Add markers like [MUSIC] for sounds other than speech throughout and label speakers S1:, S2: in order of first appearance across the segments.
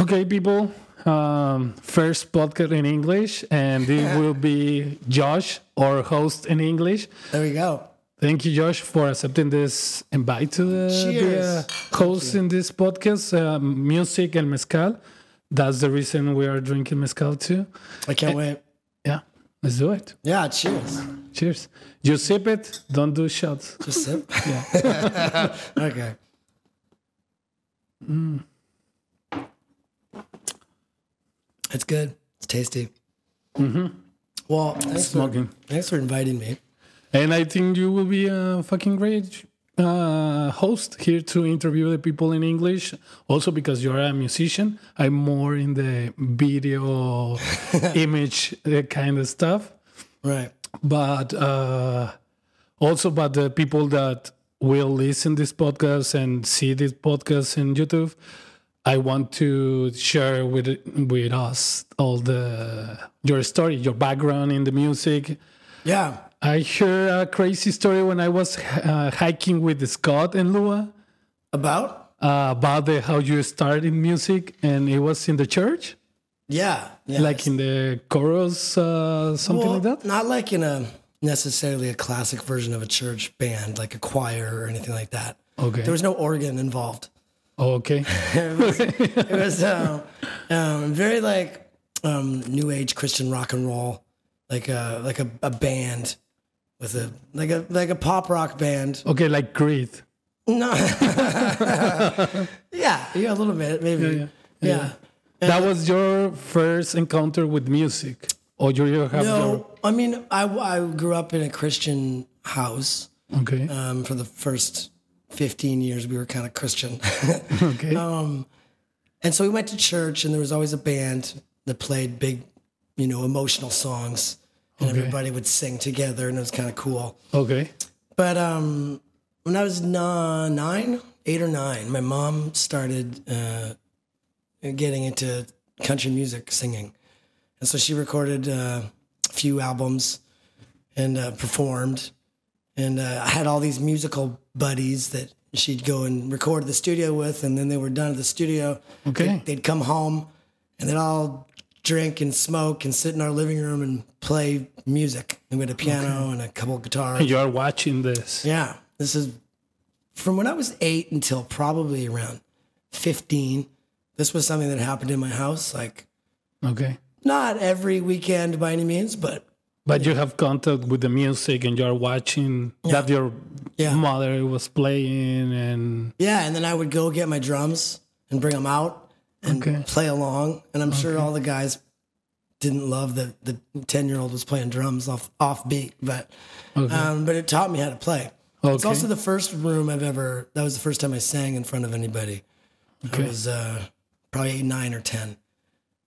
S1: okay, people. Um, first podcast in English, and it will be Josh, our host in English.
S2: There we go.
S1: Thank you, Josh, for accepting this invite to the, the
S2: Cheers.
S1: uh, host in this podcast, uh, music and mezcal. That's the reason we are drinking mezcal too.
S2: I can't wait.
S1: Yeah, let's do it.
S2: Yeah, cheers.
S1: Cheers. You sip it, don't do shots. [LAUGHS]
S2: Just sip. [LAUGHS] okay. Mm. It's good. It's tasty. Mm-hmm. Well, thanks
S1: Smoking.
S2: For, thanks for inviting me.
S1: And I think you will be a fucking great uh, host here to interview the people in English. Also, because you're a musician, I'm more in the video, image uh, kind of stuff.
S2: Right.
S1: But uh, also, but the people that will listen this podcast and see this podcast in YouTube, I want to share with with us all the your story, your background in the music,
S2: Yeah.
S1: I heard a crazy story when I was uh, hiking with Scott and Lua
S2: About?
S1: uh, about the, how you started in music, and it was in the church,
S2: Yeah. yeah.
S1: like in the chorus, uh, something like
S2: Well,
S1: that.
S2: Not like in a necessarily a classic version of a church band, like a choir or anything like that.
S1: Okay.
S2: There was no organ involved.
S1: okay.
S2: It was uh, um, very like um, new age Christian rock and roll, like a like a, a band with a like a like a pop rock band.
S1: okay, like Creed.
S2: No. [LAUGHS] yeah, yeah, a little bit maybe.
S1: yeah,
S2: yeah.
S1: That was your first encounter with music, or you you have
S2: No, I mean, I, I grew up in a Christian house.
S1: your okay,
S2: um, for the first 15 years we were kind of christian [LAUGHS]
S1: okay,
S2: and so we went to church and there was always a band that played big you know emotional songs and
S1: Okay.
S2: everybody would sing together and it was kind of cool
S1: okay,
S2: but um, when i was ni- nine eight or nine my mom started uh, getting into country music singing and so she recorded uh, a few albums and uh, performed and uh, I had all these musical buddies that she'd go and record at the studio with, and then they were done at the studio.
S1: Okay.
S2: they'd, they'd come home, and they'd all drink and smoke and sit in our living room and play music. And we had a piano and a couple guitars.
S1: you are watching this.
S2: Yeah, this is from when I was eight until probably around fifteen. This was something that happened in my house, like
S1: Okay,
S2: not every weekend by any means, but
S1: but you have contact with the music, and you are watching that your
S2: Yeah.
S1: mother was playing, and
S2: Yeah, and then I would go get my drums and bring them out and
S1: Okay.
S2: play along. And I'm sure all the guys didn't love that the ten year old was playing drums off off beat, but um, but it taught me how to play. It's
S1: Okay.
S2: also the first room I've ever. That was the first time I sang in front of anybody. I was uh, probably eight, nine or ten.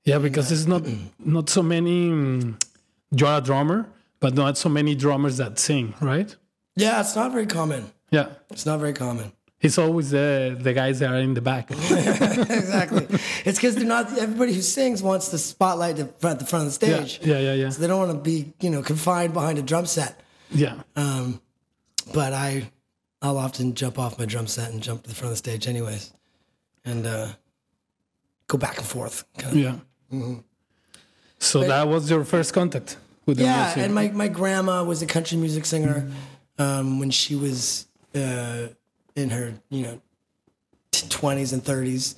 S1: Yeah, because it's not not so many. mm, You're a drummer, but not so many drummers that sing, right?
S2: Yeah, it's not very common.
S1: Yeah,
S2: It's not very common.
S1: it's always the the guys that are in the back.
S2: exactly. [LAUGHS] it's because they're not. Everybody who sings wants the spotlight at the front of the
S1: yeah,
S2: stage.
S1: yeah, yeah, yeah.
S2: So they don't want to be, you know, confined behind a drum set.
S1: yeah.
S2: Uh-huh. but I I'll often jump off my drum set and jump to the front of the stage anyways. And uh go back and forth. Kind of.
S1: yeah. So that was your first contact with the
S2: Yeah,
S1: music.
S2: and my, my grandma was a country music singer um, when she was uh, in her, you know, t- 20s and 30s.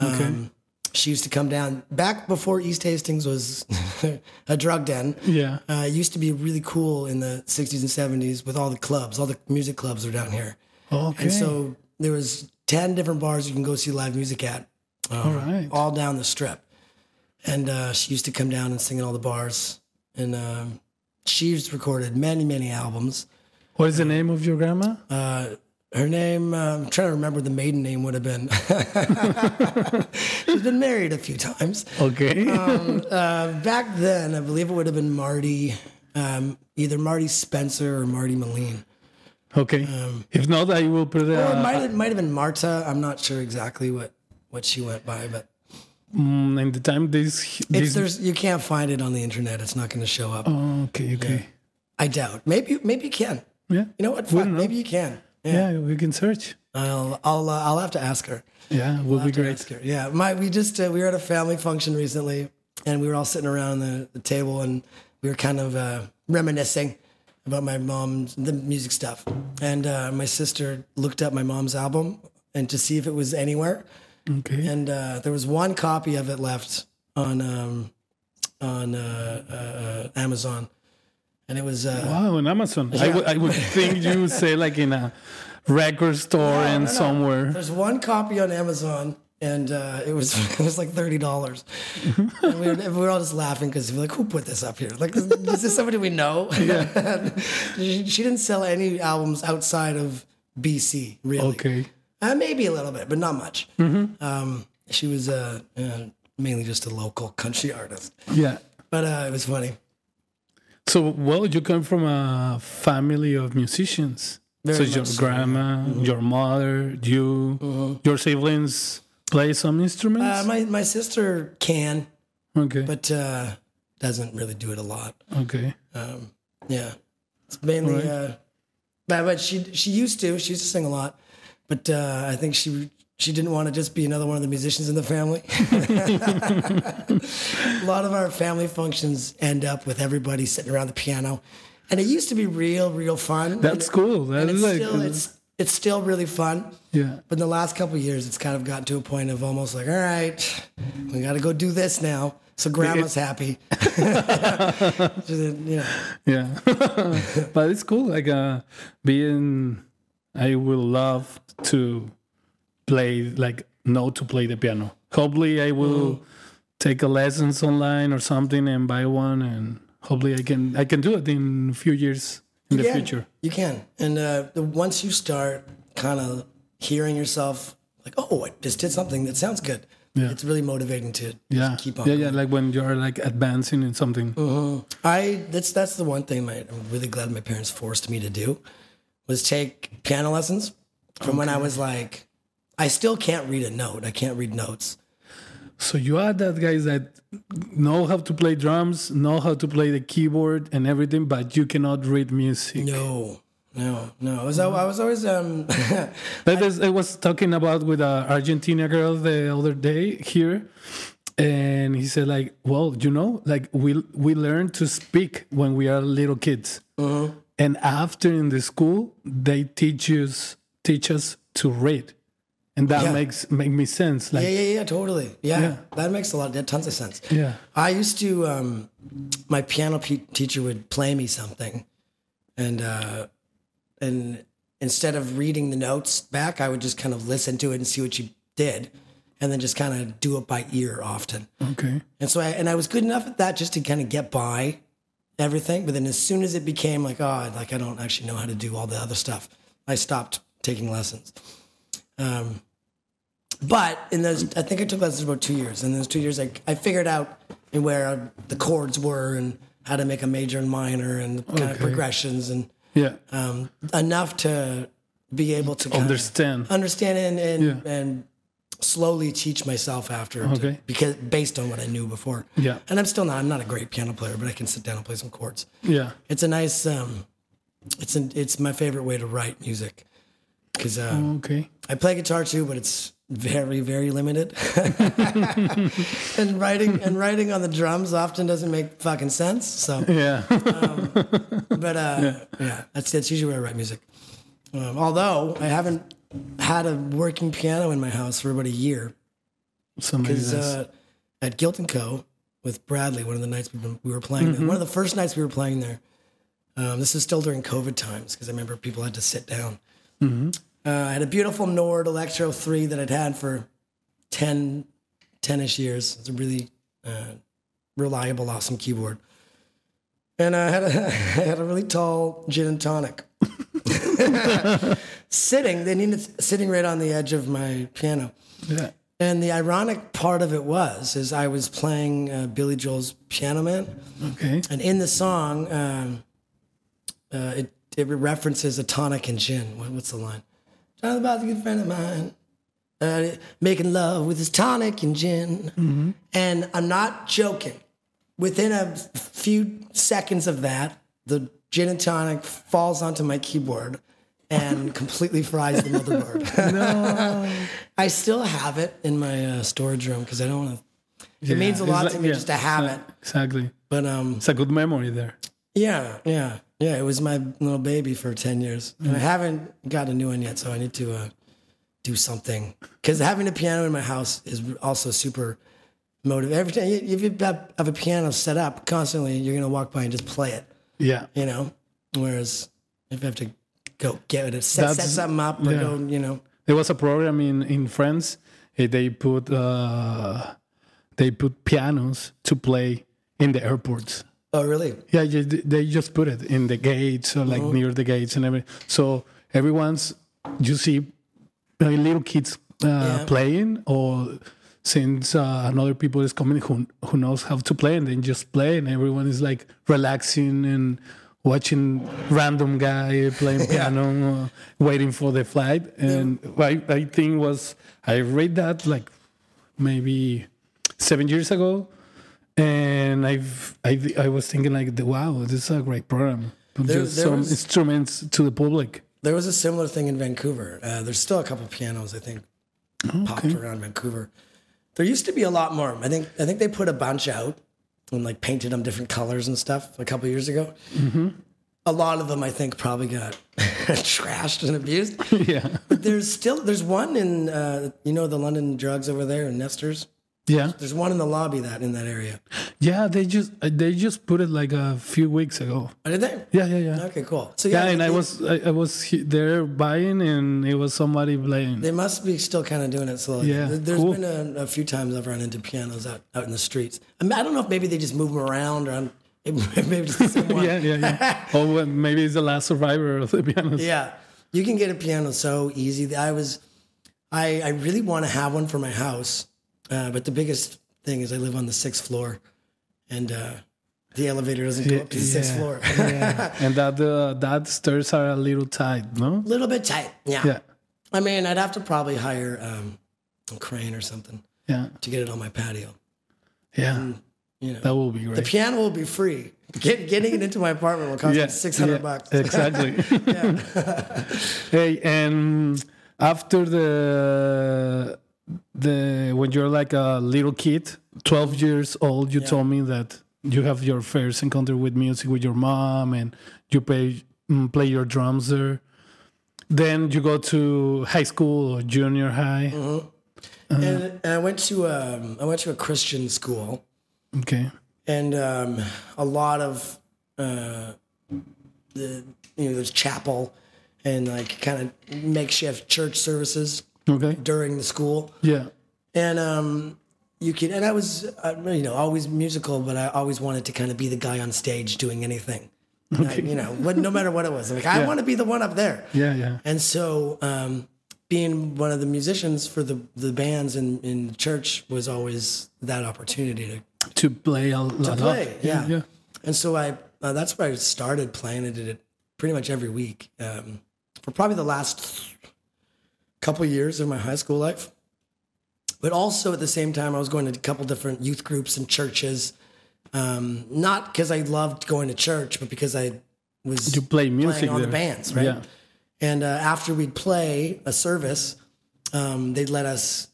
S2: um,
S1: okay.
S2: She used to come down back before East Hastings was [LAUGHS] a drug den.
S1: yeah.
S2: Uh, it used to be really cool in the 60s and 70s with all the clubs. All the music clubs were down here.
S1: Okay.
S2: And so there was 10 different bars you can go see live music at, um,
S1: all right.
S2: all down the strip. And uh, she used to come down and sing at all the bars. And um, she's recorded many, many albums.
S1: What is the name of your grandma?
S2: Uh, Her name, uh, I'm trying to remember the maiden name would have been. [LAUGHS] she's been married a few times.
S1: okay.
S2: uh, Back then, I believe it would have been Marty, um, either Marty Spencer or Marty Moline.
S1: [LAUGHS] okay.
S2: um,
S1: if not, I will put
S2: Or it
S1: uh,
S2: might have, might have been Marta. I'm not sure exactly what, what she went by, but
S1: mm, in the time this
S2: It's,
S1: this.
S2: there's you can't find it on the internet. It's not going to show up.
S1: Okay. Okay.
S2: I doubt. Maybe maybe you can.
S1: Yeah.
S2: You know what? Fuck,
S1: know.
S2: Maybe you can.
S1: Yeah, we can search.
S2: I'll I'll uh, I'll have to ask her.
S1: Yeah, it would be
S2: Have to
S1: great.
S2: ask her. Yeah, my we just uh, we were at a family function recently, and we were all sitting around the, the table, and we were kind of uh, reminiscing about my mom's the music stuff. And uh, my sister looked up my mom's album and to see if it was anywhere,
S1: Okay.
S2: and uh, there was one copy of it left on um, on uh, uh, uh, Amazon, and it was uh,
S1: Wow, on Amazon. I would-
S2: [LAUGHS]
S1: I would think you say like in a record store and somewhere.
S2: There's one copy on Amazon, and uh, it was [LAUGHS] it was like thirty dollars. and we were, we were all just laughing because we were like, "Who put this up here? Like, is, is this somebody we know?" [LAUGHS] she, she didn't sell any albums outside of BC, really.
S1: Okay.
S2: Uh, maybe a little bit, but not much. Um, she was uh, uh, mainly just a local country [LAUGHS] artist,
S1: Yeah.
S2: but uh, it was funny.
S1: So, well, you come from a family of musicians.
S2: Very
S1: so,
S2: much
S1: your
S2: so, Mm-hmm. Uh-huh.
S1: grandma, your mother, you, your siblings play some
S2: Uh,
S1: instruments?
S2: my my sister can,
S1: okay.
S2: but uh, doesn't really do it a lot.
S1: okay.
S2: Yeah, it's mainly.
S1: Alright.
S2: Uh, but but she she used to she used to sing a lot, but uh, I think she she didn't want to just be another one of the musicians in the family. [LAUGHS] a lot of our family functions end up with everybody sitting around the piano, and it used to be real real fun.
S1: That's
S2: and,
S1: cool. That's
S2: And it's
S1: like,
S2: still it's it's still really fun.
S1: yeah.
S2: But in the last couple of years, it's kind of gotten to a point of almost like, all right, we got to go do this now. So grandma's happy. [LAUGHS] She said, you know,
S1: Yeah. [LAUGHS] but it's cool. Like, uh, being, I will love to play, like, know to play the piano. Hopefully, I
S2: Mm.
S1: will take a lessons online or something and buy one, and hopefully, I can I can do it in a few years in the
S2: can.
S1: future.
S2: You can. And uh, the, once you start kind of hearing yourself, like, oh, I just did something that sounds good, it's really motivating to just
S1: Yeah.
S2: keep on. Uh-huh.
S1: yeah, yeah. Like when you're like advancing in something.
S2: I that's that's the one thing my, I'm really glad my parents forced me to do was take piano lessons from when I was like, I still can't read a note. I can't read notes.
S1: So you are that guys that know how to play drums, know how to play the keyboard and everything, but you cannot read music.
S2: No, no, no. I was, I was always um, [LAUGHS]
S1: That is, I was talking about with an Argentina girl the other day here, and he said like, "Well, you know, like we we learn to speak when we are little kids, and after in the school they teach us teach us to read, and that
S2: Yeah.
S1: makes make me sense.
S2: yeah,
S1: Like,
S2: yeah, yeah, totally. Yeah, that makes a lot. That tons of sense.
S1: yeah,
S2: I used to, um, my piano pe- teacher would play me something, and uh, and instead of reading the notes back, I would just kind of listen to it and see what she did, and then just kind of do it by ear often.
S1: okay,
S2: And so I and I was good enough at that just to kind of get by everything. But then as soon as it became like, oh, like I don't actually know how to do all the other stuff, I stopped taking lessons. Um, but in those, I think I took lessons for about two years. And those two years, I, I figured out and where the chords were and how to make a major and minor and the kind of
S1: Okay.
S2: progressions and
S1: yeah,
S2: um, enough to be able to kind of
S1: understand,
S2: understand and and,
S1: Yeah.
S2: and slowly teach myself after to-
S1: Okay.
S2: because based on what I knew before.
S1: Yeah.
S2: And I'm still not I'm not a great piano player, but I can sit down and play some chords.
S1: yeah."
S2: It's a nice um it's an, it's my favorite way to write music cuz uh,
S1: Okay.
S2: I play guitar too, but it's very very limited. [LAUGHS] and writing and writing on the drums often doesn't make fucking sense. So
S1: Yeah.
S2: but uh, yeah. that's that's usually where I write music. Um, although I haven't had a working piano in my house for about a year
S1: [LAUGHS] Somebody
S2: because
S1: does.
S2: uh, at Guilt and Co. with Bradley, one of the nights we've been, we were playing, there, one of the first nights we were playing there. Um, this is still during COVID times because I remember people had to sit down. Uh, I had a beautiful Nord Electro 3 that I'd had for 10 10 ish years. It's a really uh, reliable, awesome keyboard. And I had a, [LAUGHS] I had a really tall gin and tonic. [LAUGHS] sitting, they needed sitting right on the edge of my piano.
S1: yeah.
S2: And the ironic part of it was, is I was playing uh, Billy Joel's Piano Man,
S1: Okay.
S2: and in the song, um, uh, it it references a tonic and gin. What, what's the line? John's about to get a friend of mine, uh, making love with his tonic and gin.
S1: Mm-hmm.
S2: And I'm not joking. Within a few seconds of that, the gin and tonic falls onto my keyboard,
S1: [LAUGHS]
S2: and completely fries the motherboard. [LAUGHS] I still have it in my uh, storage room because I don't want to. It means a
S1: It's
S2: lot
S1: like-
S2: to me
S1: yeah,
S2: just to have it.
S1: Exactly.
S2: But um,
S1: It's a good memory there.
S2: yeah, yeah, yeah. It was my little baby for ten years,
S1: Mm.
S2: and I haven't got a new one yet, so I need to uh, do something. Because having a piano in my house is also super motive. Every time you- if you have have a piano set up constantly, you're gonna walk by and just play it,
S1: Yeah.
S2: you know. Whereas if you have to go get it, set, set
S1: That's-
S2: something up, or
S1: yeah.
S2: go, you know.
S1: There was a program in in France. eh, They put uh, they put pianos to play in the airports.
S2: Oh, really?
S1: Yeah, you, they just put it in the gates or like near the gates and everything. So everyone's you see uh, little kids uh, playing or since uh, another people is coming who who knows how to play and then just play and everyone is like relaxing and watching random guy
S2: [LAUGHS]
S1: playing piano uh, waiting for the flight and I, I think was I read that like maybe seven years ago and I've I, th- I was thinking like the, wow this is a great program Put
S2: There-
S1: just
S2: there
S1: some
S2: was-
S1: instruments to the public [LAUGHS]
S2: There was a similar thing in Vancouver. Uh, there's still a couple pianos, I think,
S1: Oh,
S2: popped around Vancouver. There used to be a lot more. I think I think they put a bunch out and like painted them different colors and stuff a couple years ago.
S1: Mm-hmm.
S2: A lot of them, I think, probably got [LAUGHS] trashed and abused.
S1: yeah
S2: But there's still there's one in uh, you know the London drugs over there in Nestor's.
S1: yeah
S2: There's one in the lobby that in that area.
S1: yeah they just uh, they just put it like a few weeks ago
S2: Oh, did they?
S1: yeah yeah yeah
S2: Okay, cool. So
S1: yeah
S2: yeah,
S1: and I
S2: they-
S1: was I, I was he- there buying and it was somebody playing
S2: They must be still kind of doing it slowly.
S1: Yeah,
S2: There- There's
S1: cool.
S2: been a, a few times I've run into pianos out, out in the streets. I, mean, I don't know if maybe they just move them around or I'm, [LAUGHS] maybe just the same one.
S1: [LAUGHS] yeah yeah
S2: [LAUGHS]
S1: yeah or well, maybe it's the last survivor [LAUGHS] of the pianos
S2: Yeah. You can get a piano so easy. I was, I, I really want to have one for my house. Uh, but the biggest thing is I live on the sixth floor and uh, the elevator doesn't go up to the sixth
S1: Yeah,
S2: floor.
S1: yeah. and that uh, that stairs are a little tight no
S2: a little bit tight. Yeah.
S1: yeah
S2: I mean, I'd have to probably hire um, a crane or something
S1: yeah
S2: to get it on my patio.
S1: yeah
S2: Mm, you know.
S1: that will be
S2: The
S1: great
S2: piano will be free. Get, getting it into my apartment will cost me six hundred
S1: yeah,
S2: bucks. [LAUGHS]
S1: Exactly. hey, and after the the when you're like a little kid, twelve years old, you told me that you have your first encounter with music with your mom, and you play mm, play your drums there. Then you go to high school or junior high.
S2: Mm-hmm.
S1: Uh-huh.
S2: And, and I went to um, I went to a Christian school,
S1: Okay.
S2: and um, a lot of uh, the you know there's chapel and like kind of makeshift church services
S1: Okay.
S2: during the school,
S1: Yeah.
S2: and um, you could and I was uh, you know always musical, but I always wanted to kind of be the guy on stage doing anything, And I- you know, what, no matter what it was. Like I want to be the one up there.
S1: Yeah. Yeah.
S2: And so, um, being one of the musicians for the, the bands in, in the church was always that opportunity to
S1: To play a lot.
S2: play. Uh-huh. Yeah.
S1: Yeah.
S2: And so I, uh, that's where I started playing. I did it pretty much every week um, for probably the last couple years of my high school life. But also at the same time, I was going to a couple different youth groups and churches. Um, not because I loved going to church, but because I was
S1: You play music
S2: playing all
S1: there.
S2: the bands, right?
S1: Yeah.
S2: And uh, after we'd play a service, um, they'd let us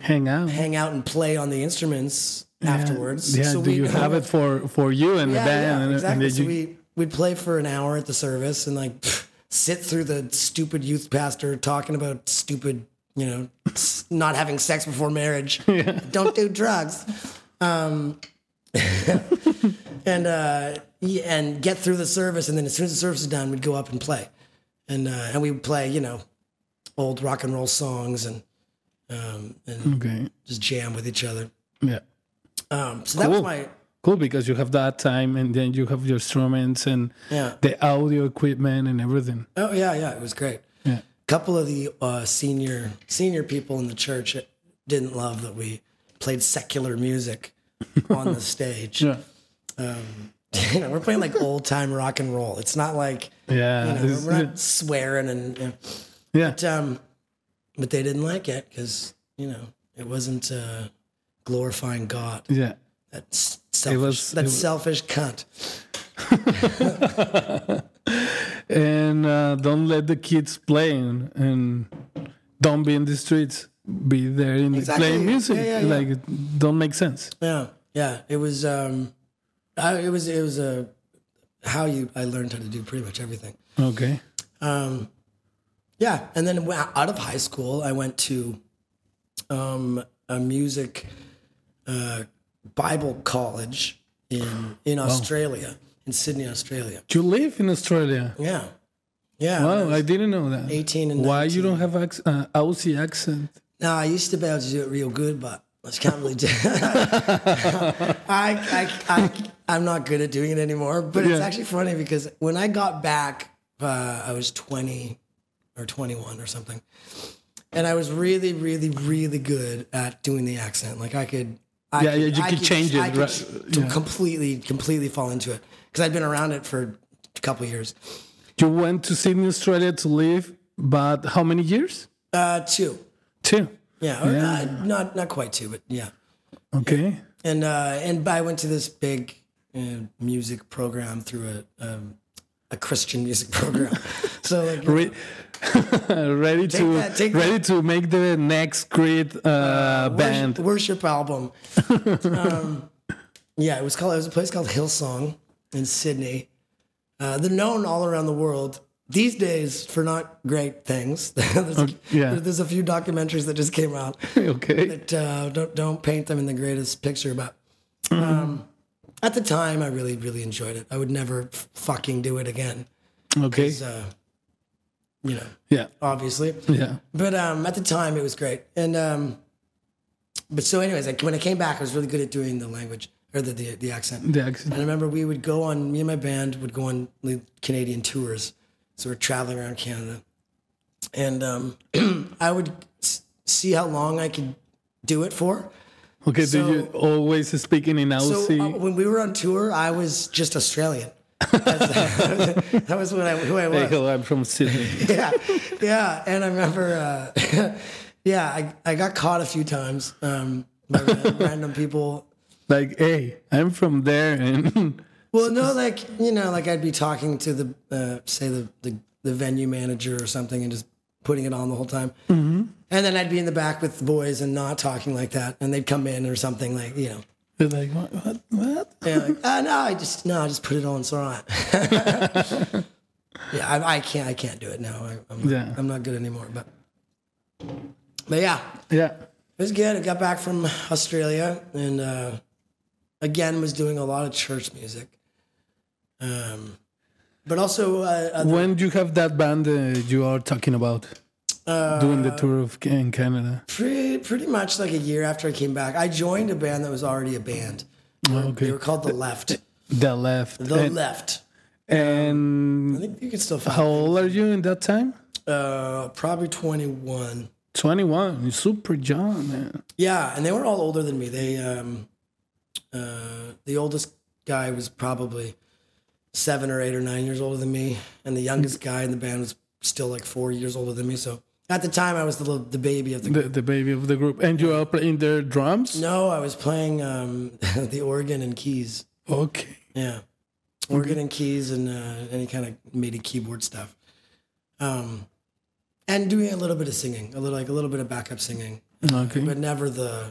S1: Hang out.
S2: hang out and play on the instruments afterwards.
S1: Yeah, do
S2: [LAUGHS] we'd
S1: you
S2: go-
S1: have it for for you and the
S2: Yeah,
S1: band?
S2: yeah,
S1: and,
S2: exactly.
S1: and
S2: so
S1: you,
S2: we we'd play for an hour at the service and like sit through the stupid youth pastor talking about stupid, you know, s- not having sex before
S1: [LAUGHS]
S2: marriage. Don't do drugs. Um, [LAUGHS] and uh, yeah, and get through the service, and then as soon as the service is done, we'd go up and play, and uh, and we would play, you know, old rock and roll songs and um, and
S1: okay,
S2: just jam with each other.
S1: yeah,
S2: Um, so that was
S1: Cool.
S2: my
S1: cool because you have that time and then you have your instruments and
S2: Yeah.
S1: the audio equipment and everything.
S2: Oh yeah, yeah, it was great.
S1: Yeah,
S2: couple of the uh, senior senior people in the church didn't love that we played secular
S1: [LAUGHS]
S2: music on the stage. Um,
S1: yeah,
S2: [LAUGHS] You know, we're playing like old time rock and roll. It's not like
S1: yeah,
S2: you know,
S1: this-
S2: we're not swearing and you know,
S1: yeah.
S2: but, um, but they didn't like it because you know it wasn't uh, glorifying God.
S1: yeah.
S2: That s- selfish,
S1: was-
S2: that
S1: it was-
S2: selfish cunt.
S1: and uh, don't let the kids playing and don't be in the streets. Be there in
S2: Exactly.
S1: the playing music.
S2: Yeah, yeah, yeah.
S1: Like, it don't make sense.
S2: Yeah, yeah. It was, um, I, it was, it was a how you I learned how to do pretty much everything.
S1: Okay.
S2: Um, yeah, and then w- out of high school, I went to um, a music uh, Bible college in in Australia, in Sydney, Australia.
S1: You live in Australia.
S2: Yeah, yeah.
S1: Wow, I didn't know that.
S2: 18 and
S1: Why you don't have acc- uh, Aussie accent?
S2: No, I used to be able to do it real good, but I just can't really do. [LAUGHS] I, I, I, I'm not good at doing it anymore. But it's
S1: Yeah.
S2: actually funny because when I got back, uh, I was 20 or 21 or something, and I was really, really, really good at doing the accent. Like I could. I
S1: Yeah, yeah, you
S2: I
S1: could change it,
S2: I could
S1: right?
S2: t- completely, completely fall into it because I'd been around it for a couple years.
S1: You went to Sydney, Australia to live, but how many years?
S2: Uh, two,
S1: Two.
S2: yeah, or, Uh, not not quite two, but yeah.
S1: Okay.
S2: and uh, and I went to this big uh, music program through a um, a Christian music
S1: [LAUGHS]
S2: program. so like,
S1: Re- [LAUGHS] ready to
S2: that, take that.
S1: ready to make the next great uh, band.
S2: worship, worship album.
S1: [LAUGHS]
S2: um, yeah, it was called. It was a place called Hillsong in Sydney. Uh, they're known all around the world these days for not great things. [LAUGHS] there's, a,
S1: Oh, yeah.
S2: there's a few documentaries that just came out.
S1: [LAUGHS] okay.
S2: that uh, don't don't paint them in the greatest picture. But um, at the time, I really really enjoyed it. I would never f- fucking do it again.
S1: Okay.
S2: Uh, you know,
S1: Yeah.
S2: obviously.
S1: Yeah.
S2: But um, at the time, it was great. And um, but so, anyways, like when I came back, I was really good at doing the language or the the, the accent.
S1: The accent.
S2: And I remember we would go on, me and my band would go on like, Canadian tours. So we're traveling around Canada. And um, [CLEARS THROAT] I would s- see how long I could do it for.
S1: Okay.
S2: So-
S1: do you always speaking in
S2: So
S1: Aussie?
S2: uh, when we were on tour, I was just [LAUGHS] Australian. That's- that was what I, who I was.
S1: hey, hello, I'm from Sydney. [LAUGHS]
S2: yeah, yeah. And I remember, uh, [LAUGHS] yeah, I, I got caught a few times um, by ran- [LAUGHS] random people.
S1: like, hey, I'm from there, and [LAUGHS]
S2: Well, no, like you know, like I'd be talking to the uh, say the, the the venue manager or something, and just putting it on the whole time. Mm-hmm. And then I'd be in the back with the boys and not talking like that, and they'd come in or something like you know.
S1: they're like, what? What? what?
S2: Yeah, like, oh, no, I just no, I just put it on. It's all right. [LAUGHS] yeah, I, I can't, I can't do it now. I, I'm,
S1: Yeah.
S2: I'm not good anymore. But, but yeah,
S1: Yeah.
S2: it was good. I got back from Australia and uh, again was doing a lot of church music, um, but also uh, other-
S1: When you have that band uh, you are talking about
S2: Uh,
S1: doing the tour of Ca- in Canada?
S2: pretty pretty much like a year after I came back, I joined a band that was already a band. They
S1: Oh, Okay.
S2: were called the Left.
S1: The left.
S2: The
S1: and,
S2: Left. I
S1: and
S2: think you can still find.
S1: how old are you in that time?
S2: Uh, probably twenty one.
S1: 21. You're super young, man.
S2: Yeah, and they were all older than me. They um uh the oldest guy was probably seven or eight or nine years older than me, and the
S1: Mm.
S2: youngest guy in the band was still like four years older than me. So at the time I was the little, the baby of the
S1: The, the baby of the group. And you are playing their drums?
S2: No, I was playing um [LAUGHS] the organ and keys.
S1: Okay.
S2: Yeah.
S1: Mm-hmm.
S2: Organ and keys and uh, any kind of MIDI keyboard stuff. Um and doing a little bit of singing, a little like a little bit of backup singing,
S1: Okay.
S2: but never the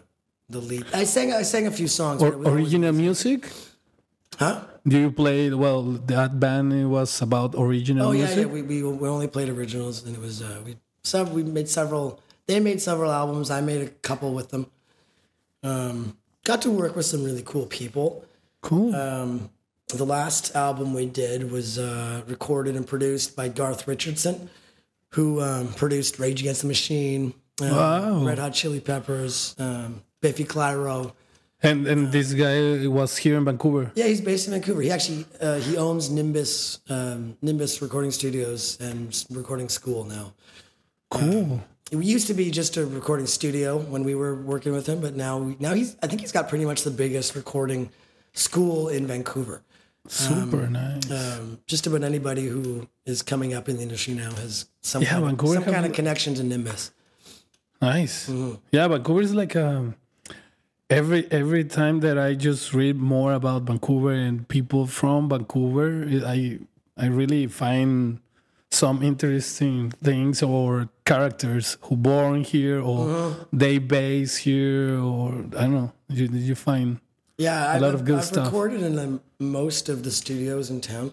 S2: the lead. I sang I sang a few songs. but it was
S1: Or,
S2: always-
S1: original music?
S2: Huh?
S1: Do you play? Well, that band it was about original
S2: Oh yeah,
S1: music.
S2: yeah. We, we we only played originals, and it was uh, we sev- we made several. They made several albums. I made a couple with them. Um, got to work with some really cool people.
S1: Cool.
S2: Um, the last album we did was uh, recorded and produced by Garth Richardson, who um, produced Rage Against the Machine, um,
S1: Wow.
S2: Red Hot Chili Peppers, um, Biffy Clyro.
S1: and and this guy was here in Vancouver.
S2: Yeah, he's based in Vancouver. He actually uh, he owns Nimbus um, Nimbus Recording Studios and s- Recording School now.
S1: Cool.
S2: It used to be just a recording studio when we were working with him, but now now he's I think he's got pretty much the biggest recording school in Vancouver.
S1: Super nice.
S2: Um, just about anybody who is coming up in the industry now has some
S1: Yeah,
S2: kind, of,
S1: Vancouver
S2: some
S1: have-
S2: kind of connection to Nimbus.
S1: Nice.
S2: Mm-hmm.
S1: Yeah, Vancouver is like um every every time that I just read more about Vancouver and people from Vancouver, I I really find some interesting things or characters who born here or
S2: Mm-hmm.
S1: they base here or I don't know. You, you find
S2: Yeah, I've,
S1: lot of good
S2: I've
S1: stuff.
S2: recorded in the, most of the studios in town,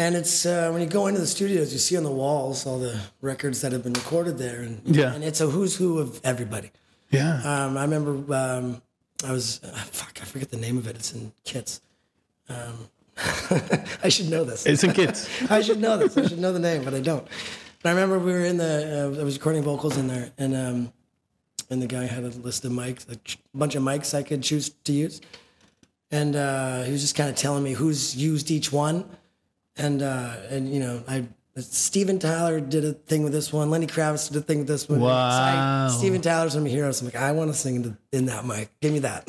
S2: and it's uh, when you go into the studios, you see on the walls all the records that have been recorded there, and
S1: Yeah.
S2: and it's a who's who of everybody.
S1: yeah.
S2: Um, I remember um, I was [LAUGHS] uh, fuck, I forget the name of it. It's in Kits. Um, [LAUGHS] I should know this.
S1: it's in
S2: [LAUGHS]
S1: kids.
S2: I should know this. I should know the name, but I don't. But I remember we were in the. Uh, I was recording vocals in there, and um, and the guy had a list of mics, a ch- bunch of mics I could choose to use, and uh, he was just kind of telling me who's used each one, and uh, and you know I. Steven Tyler did a thing with this one. Lenny Kravitz did a thing with this one. So I-
S1: Wow.
S2: Steven Tyler's one of my heroes. I'm like, I want to sing in, the, in that mic. Give me that. [LAUGHS]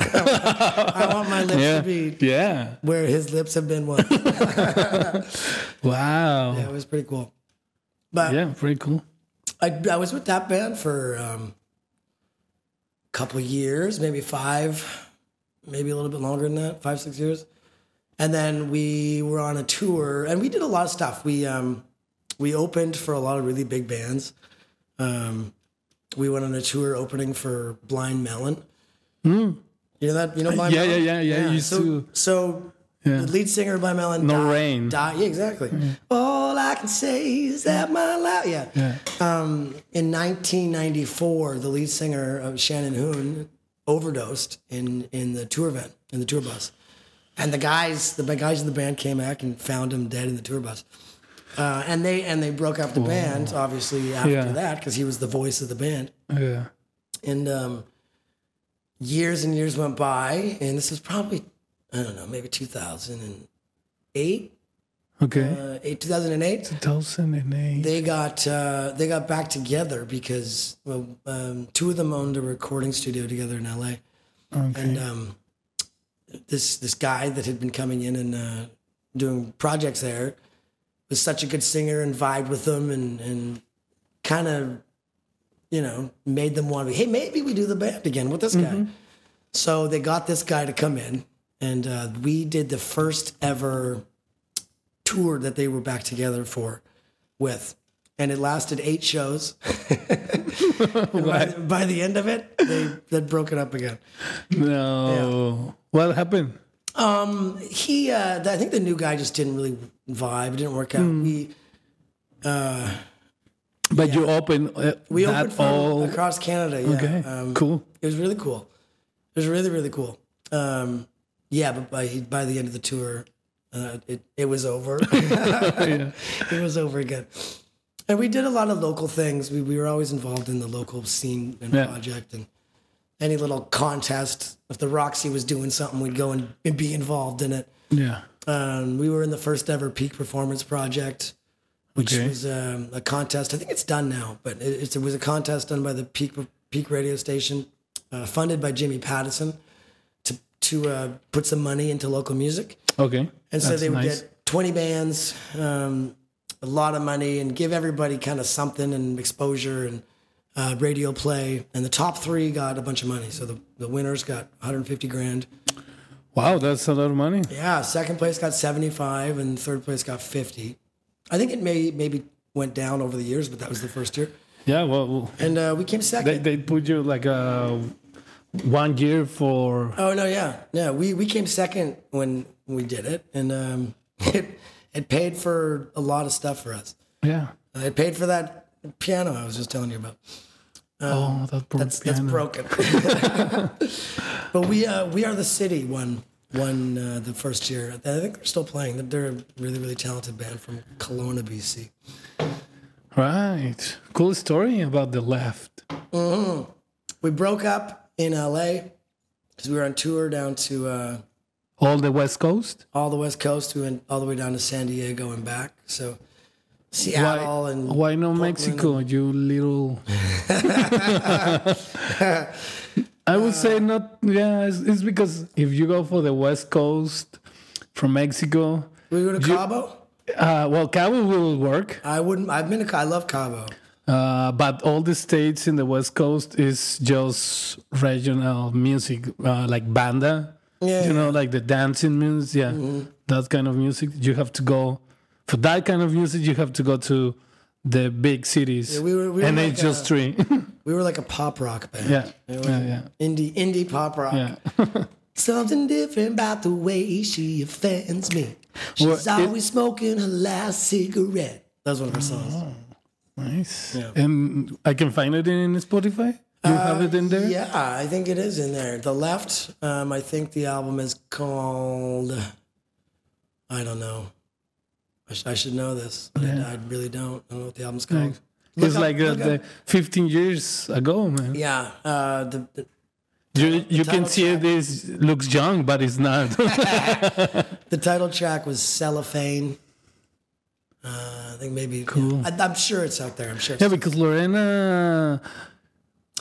S2: I want my lips
S1: Yeah.
S2: to be
S1: Yeah.
S2: where his lips have been once. that
S1: Wow. Yeah.
S2: was pretty cool. But
S1: pretty cool.
S2: I, I was with that band for um, a couple years, maybe five, maybe a little bit longer than that, five, six years. And then we were on a tour and we did a lot of stuff. We, um, we opened for a lot of really big bands. Um, we went on a tour opening for Blind Melon. You know that? You know Blind
S1: Hmm. Uh, Yeah,
S2: Melon?
S1: yeah, yeah, yeah, used
S2: so,
S1: to-
S2: So the lead singer of Blind Melon.
S1: No
S2: died-
S1: rain.
S2: died- Yeah, exactly. All I can say is that my life. yeah. Um,
S1: Yeah.
S2: In 1994, the lead singer of Shannon Hoon overdosed in in the tour van in the tour bus, and the guys the guys in the band came back and found him dead in the tour bus, uh, and they and they broke up the band obviously after
S1: Yeah.
S2: that because he was the voice of the band,
S1: Yeah.
S2: and um, years and years went by, and this was probably I don't know maybe 2008,
S1: Okay.
S2: uh, eight- 2008
S1: 2008.
S2: they got uh, they got back together because well, um, two of them owned a recording studio together in L.A.
S1: Okay.
S2: and um, this this guy that had been coming in and uh, doing projects there was such a good singer and vibed with them and and kind of you know made them want to be hey maybe we do the band again with this guy. So they got this guy to come in and uh, we did the first ever tour that they were back together for with. And it lasted
S1: [LAUGHS]
S2: eight shows. And by, the, by the end of it, they they'd broken up again.
S1: No. What happened?
S2: He, uh, I think the new guy just didn't really vibe. It didn't work out.
S1: Hmm.
S2: We
S1: But you open uh,
S2: we
S1: that
S2: opened for him
S1: all.
S2: across Canada. Yeah.
S1: okay.
S2: Um,
S1: cool.
S2: It was really cool. It was really really cool. Um, yeah, but by by the end of the tour, uh, it it was over. It was over again. And we did a lot of local things. We we were always involved in the local scene and
S1: Yeah.
S2: project and any little contest. If the Roxy was doing something, we'd go and, and be involved in it.
S1: Yeah.
S2: Um, we were in the first ever peak performance project, which
S1: Okay.
S2: was um, a contest. I think it's done now, but it, it's- it was a contest done by the peak peak radio station, uh, funded by Jimmy Pattison, to to uh, put some money into local music.
S1: Okay.
S2: And so
S1: That's
S2: they would
S1: nice.
S2: get 20 bands, um, a lot of money, and give everybody kind of something and exposure and uh, radio play. And the top three got a bunch of money. So the, the winners got 150 grand.
S1: Wow, that's a lot of money.
S2: Yeah, second place got 75, and third place got 50. I think it may maybe went down over the years, but that was the first year.
S1: Yeah. Well,
S2: And uh, we came
S1: they,
S2: second.
S1: they put you like uh, one year for.
S2: Oh no, yeah, yeah. We we came second when we did it, and um, [LAUGHS] it it paid for a lot of stuff for us.
S1: Yeah.
S2: I paid for that piano I was just telling you about.
S1: oh, that broke
S2: um, That's that's broken. [LAUGHS] but we uh, we are the city won won uh, the first year. I think they're still playing. They're- They're a really really talented band from Kelowna, BC.
S1: Right. Cool story about the left.
S2: We broke up in LA because we were on tour down to uh,
S1: All the West Coast.
S2: all the West Coast. We went all the way down to San Diego and back. So Seattle
S1: Why,
S2: and
S1: why no Mexico? You
S2: [LAUGHS]
S1: little. I would say not. Yeah, it's, it's because if you go for the West Coast from Mexico,
S2: we go to Cabo.
S1: uh, well, Cabo will work.
S2: I wouldn't. I've been to. Ca- I love Cabo.
S1: Uh, but all the states in the West Coast is just regional music, uh, like banda.
S2: Yeah. Mm-hmm.
S1: You know, like the dancing music. Yeah, that kind of music. You have to go for that kind of music, you have to go to the big cities.
S2: Yeah, we were- we were
S1: and
S2: like uh,
S1: it's just
S2: a-
S1: three. [LAUGHS]
S2: We were like a pop rock band.
S1: yeah.
S2: It was
S1: Yeah. Yeah.
S2: Indie indie pop rock.
S1: Yeah.
S2: [LAUGHS] Something different about the way she offends me. She's
S1: Well, it-
S2: always smoking her last cigarette. That was one of her songs.
S1: Nice.
S2: Yeah.
S1: And I can find it in Spotify. You have it in there?
S2: Uh, Yeah, I think it is in there. The Left, um, I think the album is called. I don't know. I, sh- I should know this. but I, I really don't. I don't know what the album's called.
S1: it's like uh, the 15 years ago, man.
S2: Yeah. Uh, the, the,
S1: You you
S2: title
S1: can see
S2: track.
S1: this looks young, but it's not.
S2: the title track was Cellophane. Uh, I think maybe. Cool. I, am sure it's out there. I'm sure.
S1: [LAUGHS]
S2: It's
S1: yeah, because Lorena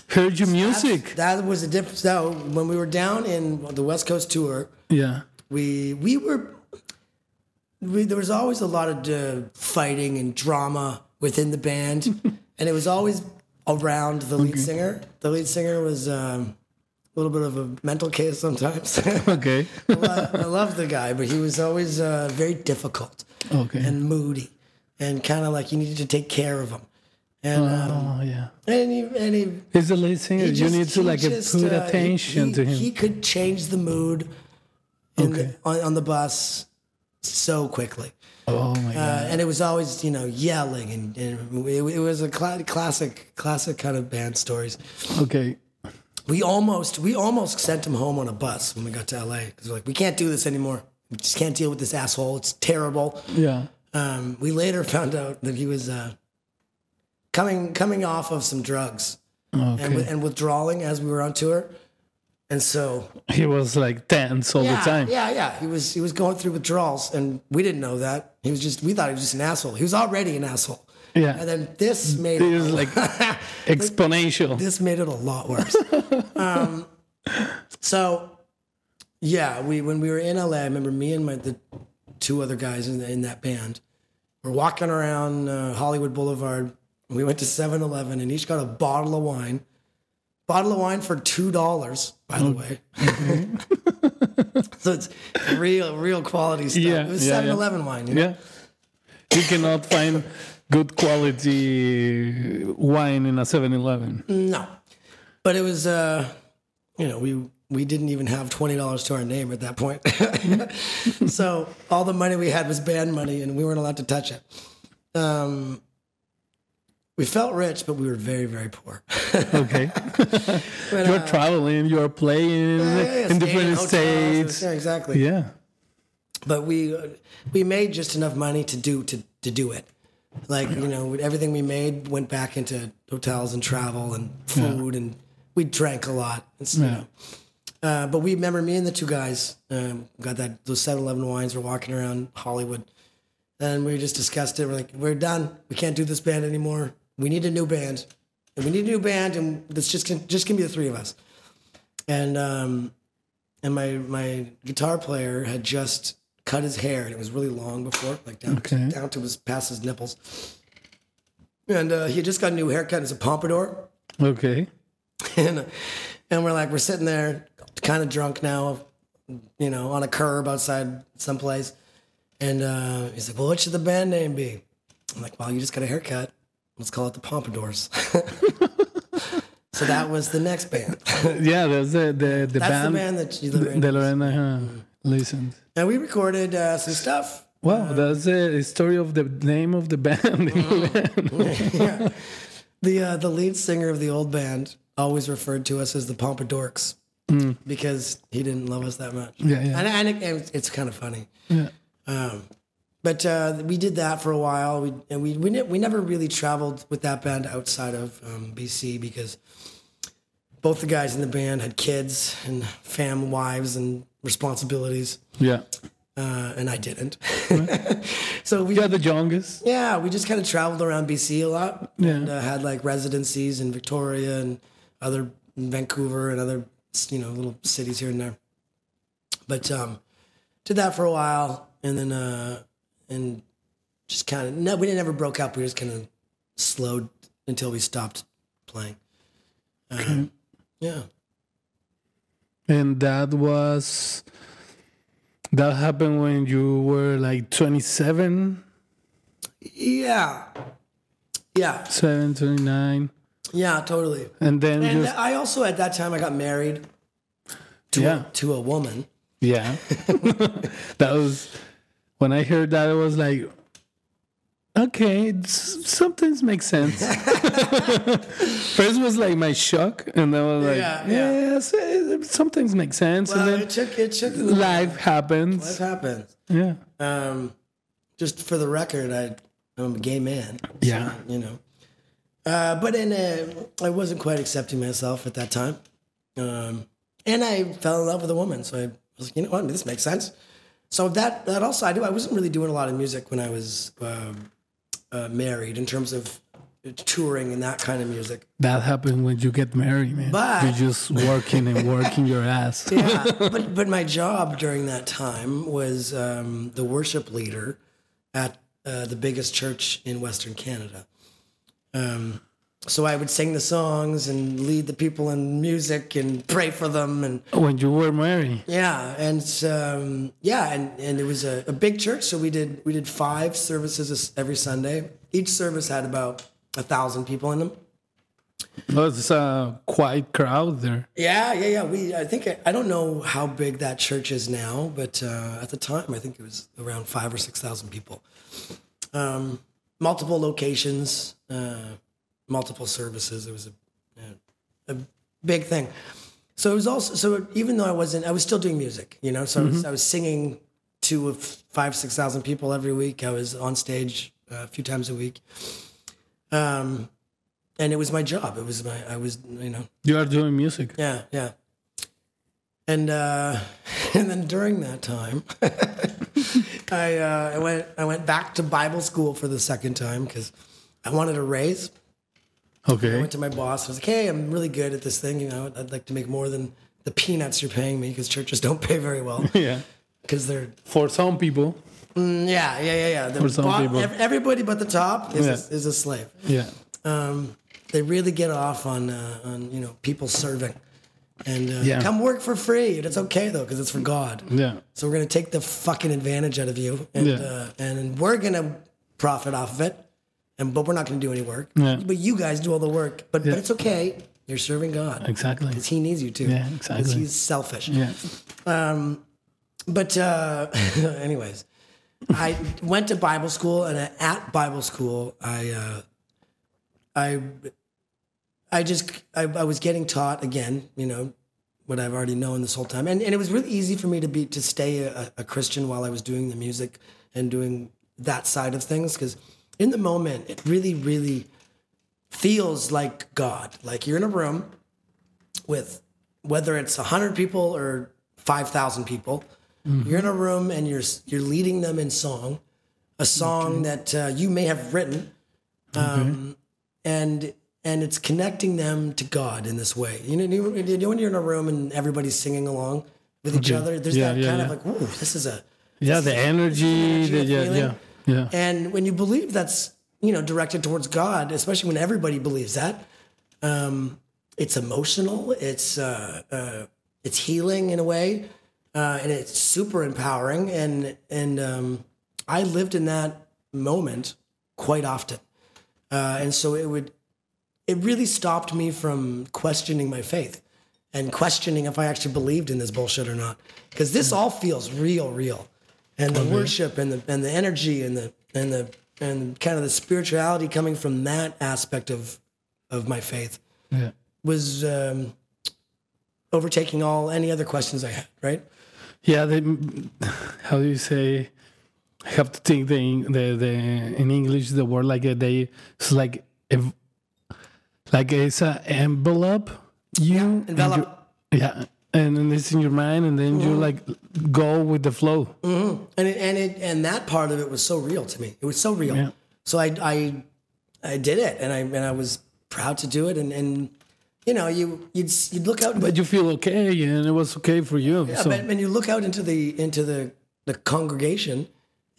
S1: heard your music.
S2: That was a difference. So when we were down in the West Coast tour,
S1: Yeah.
S2: we we were we, there was always a lot of uh, fighting and drama within the band, and it was always around the lead singer. The lead singer was um, a little bit of a mental case sometimes. [LAUGHS] I,
S1: Okay.
S2: lo- I love the guy, but he was always uh, very difficult
S1: Okay.
S2: and moody, and kind of like you needed to take care of him. And uh,
S1: oh yeah.
S2: and he, and he
S1: He's the lead singer.
S2: he
S1: You
S2: just-
S1: need to
S2: he
S1: like
S2: just,
S1: put
S2: uh,
S1: attention
S2: he-
S1: to him.
S2: He could change the mood in the,
S1: Okay.
S2: on, on the bus so quickly,
S1: oh my
S2: uh,
S1: god.
S2: and it was always you know yelling, and, and it, it was a cla classic, classic kind of band stories.
S1: Okay.
S2: We almost we almost sent him home on a bus when we got to LA because we're like we can't do this anymore. We just can't deal with this asshole. It's terrible.
S1: Yeah.
S2: Um, we later [LAUGHS] found out that he was uh, coming coming off of some drugs and,
S1: Okay.
S2: and withdrawing as we were on tour. And so
S1: He was like tense all
S2: yeah,
S1: the time.
S2: yeah, yeah, he was he was going through withdrawals, and we didn't know that. He was just we thought he was just an asshole. He was already an asshole,
S1: Yeah.
S2: and then this made
S1: It
S2: it,
S1: was like
S2: [LAUGHS]
S1: exponential.
S2: this made it a lot worse. um, so yeah, we when we were in LA, I remember me and my the two other guys in, in that band were walking around uh, Hollywood Boulevard. We went to 7-Eleven and each got a bottle of wine. Bottle of wine for two dollars, by the way. [LAUGHS] so it's real, real quality stuff.
S1: Mm-hmm. Yeah,
S2: it was
S1: yeah, yeah.
S2: 7-Eleven wine. You know?
S1: Yeah. You cannot find good quality wine in a 7-Eleven.
S2: No, but it was, uh, you know, we we didn't even have twenty dollars to our name at that point, [LAUGHS] so all the money we had was band money, and we weren't allowed to touch it. Um, we felt rich, but we were very very poor.
S1: Okay.
S2: [LAUGHS] But,
S1: you're
S2: uh,
S1: traveling, you're playing [LAUGHS]
S2: yeah,
S1: in
S2: staying
S1: different
S2: hotels,
S1: states.
S2: yeah, exactly.
S1: Yeah.
S2: but we uh, we made just enough money to do to to do it. Like you know, everything we made went back into hotels and travel and food, and we drank a lot. It's, you know. Uh, but we remember me and the two guys um, got that those 7-Eleven wines. We're walking around Hollywood, and we just discussed it. We're like, we're done. We can't do this band anymore. We need a new band, and we need a new band, and it's just gonna, just gonna be the three of us. And um, and my my guitar player had just cut his hair and it was really long before like down,
S1: Okay.
S2: down to his past his nipples and uh, he had just got a new haircut it's a pompadour [LAUGHS]
S1: Okay.
S2: and and we're like we're sitting there kind of drunk now you know on a curb outside someplace and uh, he's like well what should the band name be i'm like well you just got a haircut let's call it the pompadours [LAUGHS] so that was the next band [LAUGHS]
S1: Yeah, that's the the, the
S2: that's the
S1: band
S2: band that Mm. you
S1: the Lorena uh, listened.
S2: and we recorded uh, some stuff
S1: Wow, that's the story of the name of the [LAUGHS] band.
S2: Mm. yeah. The uh, the lead singer of the old band always referred to us as the Pompadours because he didn't love us that much.
S1: Mm. Yeah, yeah.
S2: And, and it, and it's kind of funny.
S1: yeah.
S2: Um, but uh, we did that for a while. We and we we, ne- we never really traveled with that band outside of um, BC because both the guys in the band had kids and fam wives and responsibilities,
S1: [LAUGHS] Yeah.
S2: uh, and I didn't. [LAUGHS] so we
S1: You're the youngest.
S2: yeah, we just kind of traveled around BC a lot.
S1: Yeah.
S2: And, uh, had like residencies in Victoria and other Vancouver and other you know little cities here and there. But um, did that for a while, and then uh, and just kind of no, we didn't ever broke up. We just kind of slowed until we stopped playing. Um, yeah.
S1: And that was that happened when you were like 27
S2: yeah, yeah,
S1: Seven twenty nine,
S2: yeah, totally.
S1: and then
S2: And
S1: just
S2: I also at that time I got married to
S1: Yeah.
S2: a, to a woman.
S1: yeah. [LAUGHS] that was when I heard that. I was like, okay, it's- some things make sense. [LAUGHS] First was like my shock, and then I was like,
S2: Yeah,
S1: yeah,
S2: yeah.
S1: so- some things make sense,
S2: Well,
S1: and then
S2: it took it took
S1: life happens.
S2: life happens.
S1: Yeah,
S2: Um, just for the record, I I'm a gay man.
S1: yeah,
S2: you know. Uh, but in a, I wasn't quite accepting myself at that time, um, and I fell in love with a woman. So I was like, you know what, this makes sense. So that that also I do. I wasn't really doing a lot of music when I was um, uh, married in terms of touring and that kind of music.
S1: that happens when you get married, man.
S2: But-
S1: You're just working and working your ass.
S2: Yeah, Uh, but but my job during that time was um, the worship leader at uh, the biggest church in Western Canada. Um, so I would sing the songs and lead the people in music and pray for them and
S1: When you were married,
S2: yeah and um, yeah and, and it was a, a big church so we did we did five services s- every Sunday. Each service had about a thousand people in them.
S1: it was a quiet crowd there.
S2: Yeah, yeah, yeah. We, I think, I don't know how big that church is now, but uh, at the time, I think it was around five or six thousand people. Um, multiple locations, uh, multiple services. It was a, a, a big thing. So it was also so even though I wasn't, I was still doing music. You know, so I, was, I was singing to a f- five six thousand people every week. I was on stage uh, a few times a week. Um, and it was my job. It was my, I was, you know,
S1: You are doing music.
S2: yeah, yeah. And uh, [LAUGHS] and then during that time, [LAUGHS] I uh, I went I went back to Bible school for the second time because I wanted a raise. I
S1: Okay.
S2: went to my boss. I was like, "Hey, I'm really good at this thing. You know, I'd like to make more than the peanuts you're paying me because churches don't pay very
S1: [LAUGHS]
S2: well
S1: Yeah.
S2: because they're
S1: For some people.
S2: Mm, yeah yeah yeah yeah. The
S1: For some
S2: bo-
S1: people.
S2: ev- everybody but the top is
S1: Yeah.
S2: a, is a slave.
S1: Yeah.
S2: um, they really get off on uh, on you know people serving, and uh,
S1: Yeah.
S2: come work for free, and it's okay though because it's for God.
S1: Yeah.
S2: So we're gonna take the fucking advantage out of you, and
S1: Yeah.
S2: uh, and we're gonna profit off of it, and but we're not gonna do any work.
S1: Yeah.
S2: But you guys do all the work, but
S1: Yeah.
S2: but it's okay. You're serving God
S1: Exactly.
S2: because He needs you to.
S1: Yeah,
S2: 'Cause
S1: exactly.
S2: He's selfish.
S1: Yeah.
S2: But uh, [LAUGHS] anyways, I went to Bible school, and at Bible school, I, uh, I, I just I, I was getting taught again, you know, what I've already known this whole time, and and it was really easy for me to be to stay a, a Christian while I was doing the music and doing that side of things because in the moment it really really feels like God, like you're in a room with whether it's 100 people or 5,000 people.
S1: Mm-hmm.
S2: You're in a room and you're you're leading them in song,
S1: Mm-hmm.
S2: a song that uh, you may have written, um, and and it's connecting them to God in this way. You know, you, you know when you're in a room and everybody's singing along with each other, there's
S1: Yeah,
S2: that
S1: yeah,
S2: kind
S1: yeah.
S2: of like, ooh, this is a
S1: Yeah. The energy. The,
S2: energy
S1: yeah.
S2: feeling.
S1: Yeah. Yeah.
S2: and when you believe that's you know directed towards God, especially when everybody believes that, um, it's emotional. It's uh, uh, it's healing in a way, uh, and it's super empowering. And and um, I lived in that moment quite often, uh, and so it would it really stopped me from questioning my faith and questioning if I actually believed in this bullshit or not. Because this all feels real, real. And the worship and the and the energy and the and the and kind of the spirituality coming from that aspect of of my faith
S1: Yeah.
S2: was um, overtaking all any other questions I had, right?
S1: Yeah. They, how do you say? I have to think the the the in English the word like uh, they it's like ev- like it's a envelope you and
S2: envelope. Mm.
S1: you- yeah and then it's in your mind and then you like go with the flow
S2: and it, and it and that part of it was so real to me. It was so real.
S1: Yeah.
S2: So I I I did it, and I and I was proud to do it, and and you know you you'd s- you'd look out,
S1: but you feel okay and it was okay for you
S2: yeah,
S1: so
S2: but when you look out into the into the the congregation,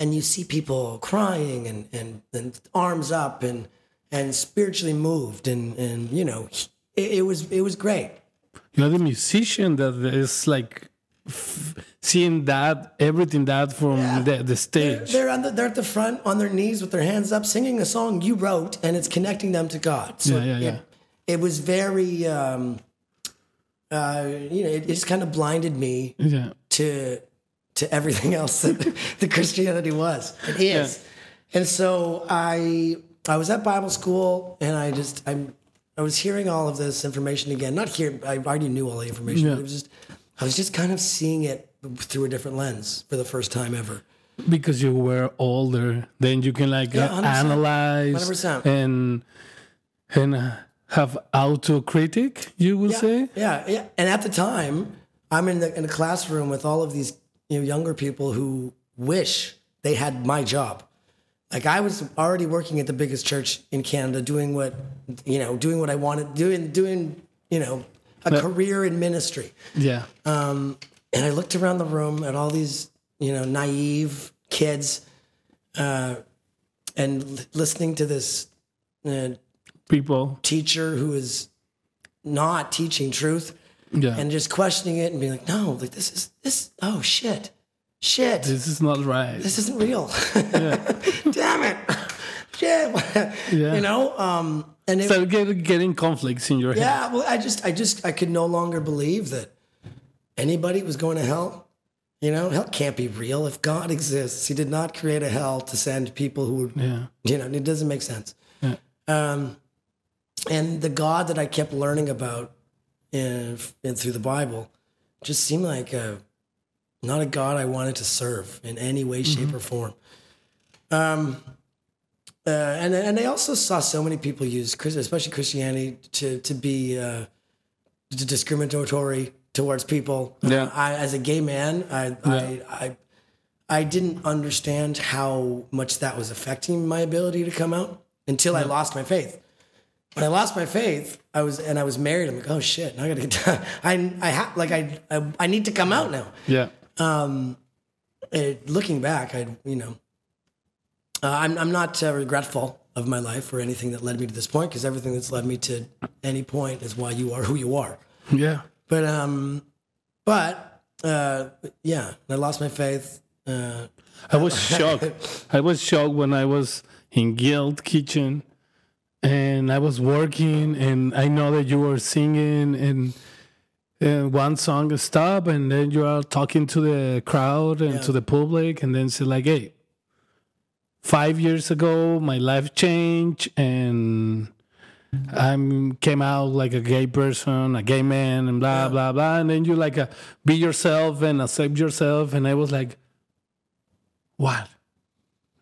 S2: and you see people crying and and, and arms up and and spiritually moved, and and you know it, it was it was great.
S1: you're the musician that is like f- seeing that everything that from the, the
S2: They're,
S1: stage.
S2: they're on the, they're at the front on their knees with their hands up singing a song you wrote and it's connecting them to God. So
S1: Yeah, yeah, yeah.
S2: It, it was very, um, uh, you know, it, it just kind of blinded me
S1: yeah.
S2: to to everything [LAUGHS] else that the Christianity was. It is. And so I I was at Bible school and I just I'm I was hearing all of this information again. Not here I already knew all the information, but it was just I was just kind of seeing it through a different lens for the first time ever.
S1: because you were older then you can like
S2: Yeah,
S1: uh,
S2: 100%.
S1: analyze
S2: 100%.
S1: and and uh, have autocritic you would say
S2: Yeah, yeah. And at the time, I'm in the in a classroom with all of these you know, younger people who wish they had my job. Like I was already working at the biggest church in Canada, doing what you know, doing what I wanted, doing doing you know, a career in ministry.
S1: yeah
S2: Um, and I looked around the room at all these, you know, naive kids, uh, and l- listening to this uh,
S1: people
S2: teacher who is not teaching truth
S1: yeah
S2: and just questioning it and being like, no, like this is this. Oh shit, shit,
S1: this is not right
S2: this isn't real. [LAUGHS] Damn it, shit.
S1: Yeah.
S2: You know, um, and it,
S1: so get, getting conflicts in your head
S2: yeah, well, I just, I just, I could no longer believe that anybody was going to hell. You know, hell can't be real if God exists. He did not create a hell to send people who would
S1: yeah
S2: you know, it doesn't make sense.
S1: Yeah.
S2: Um, and the God that I kept learning about in, in, through the Bible just seemed like a, not a God I wanted to serve in any way, shape, or form. Um, uh, and and I also saw so many people use, Chris- especially Christianity, to to be uh, d- discriminatory towards people.
S1: Yeah.
S2: I, as a gay man, I, I, I I didn't understand how much that was affecting my ability to come out until I lost my faith. When I lost my faith, I was and I was married. I'm like, oh shit, now I gotta get. [LAUGHS] Down. I I ha- like I, I I need to come out now.
S1: yeah
S2: It, looking back, I you know, uh, I'm I'm not uh, regretful of my life or anything that led me to this point because everything that's led me to any point is why you are who you are.
S1: yeah
S2: But um, but uh, yeah, I lost my faith. Uh,
S1: I was shocked. I was shocked when I was in Guild Kitchen and I was working and I know that you were singing and, and one song stop and then you are talking to the crowd and to the public and then say like, hey, five years ago my life changed and I'm came out like a gay person, a gay man, and blah blah blah. And then you like uh, be yourself and accept yourself. And I was like, what?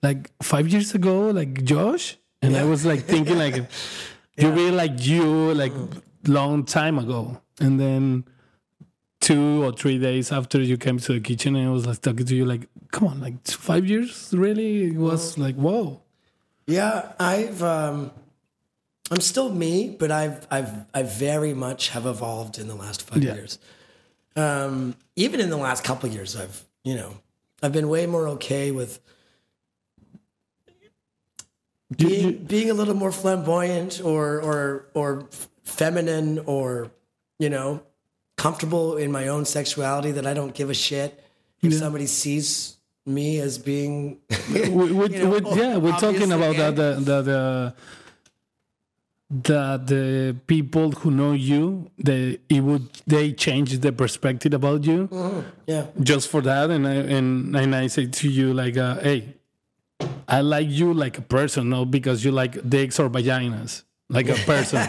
S1: Like five years ago, like Josh? And I was like thinking like
S2: [LAUGHS]
S1: you were like you like
S2: Mm.
S1: long time ago. And then two or three days after you came to the kitchen and I was like talking to you like, come on, like five years really? It was like whoa.
S2: Yeah, I've um, I'm still me, but I've I've I very much have evolved in the last five
S1: Yeah.
S2: years. Um, even in the last couple of years, I've you know I've been way more okay with
S1: You-
S2: being,
S1: you-
S2: being a little more flamboyant or or or f- feminine or you know comfortable in my own sexuality that I don't give a shit if somebody sees me
S1: [LAUGHS]
S2: as being
S1: we, we,
S2: you know,
S1: we- yeah, we're talking
S2: obviously
S1: about
S2: gay.
S1: that the the, the that the people who know you, they it would they change the perspective about you.
S2: yeah
S1: just for that and I and, and I say to you like uh, hey I like you like a person not because you like dicks or vaginas like a person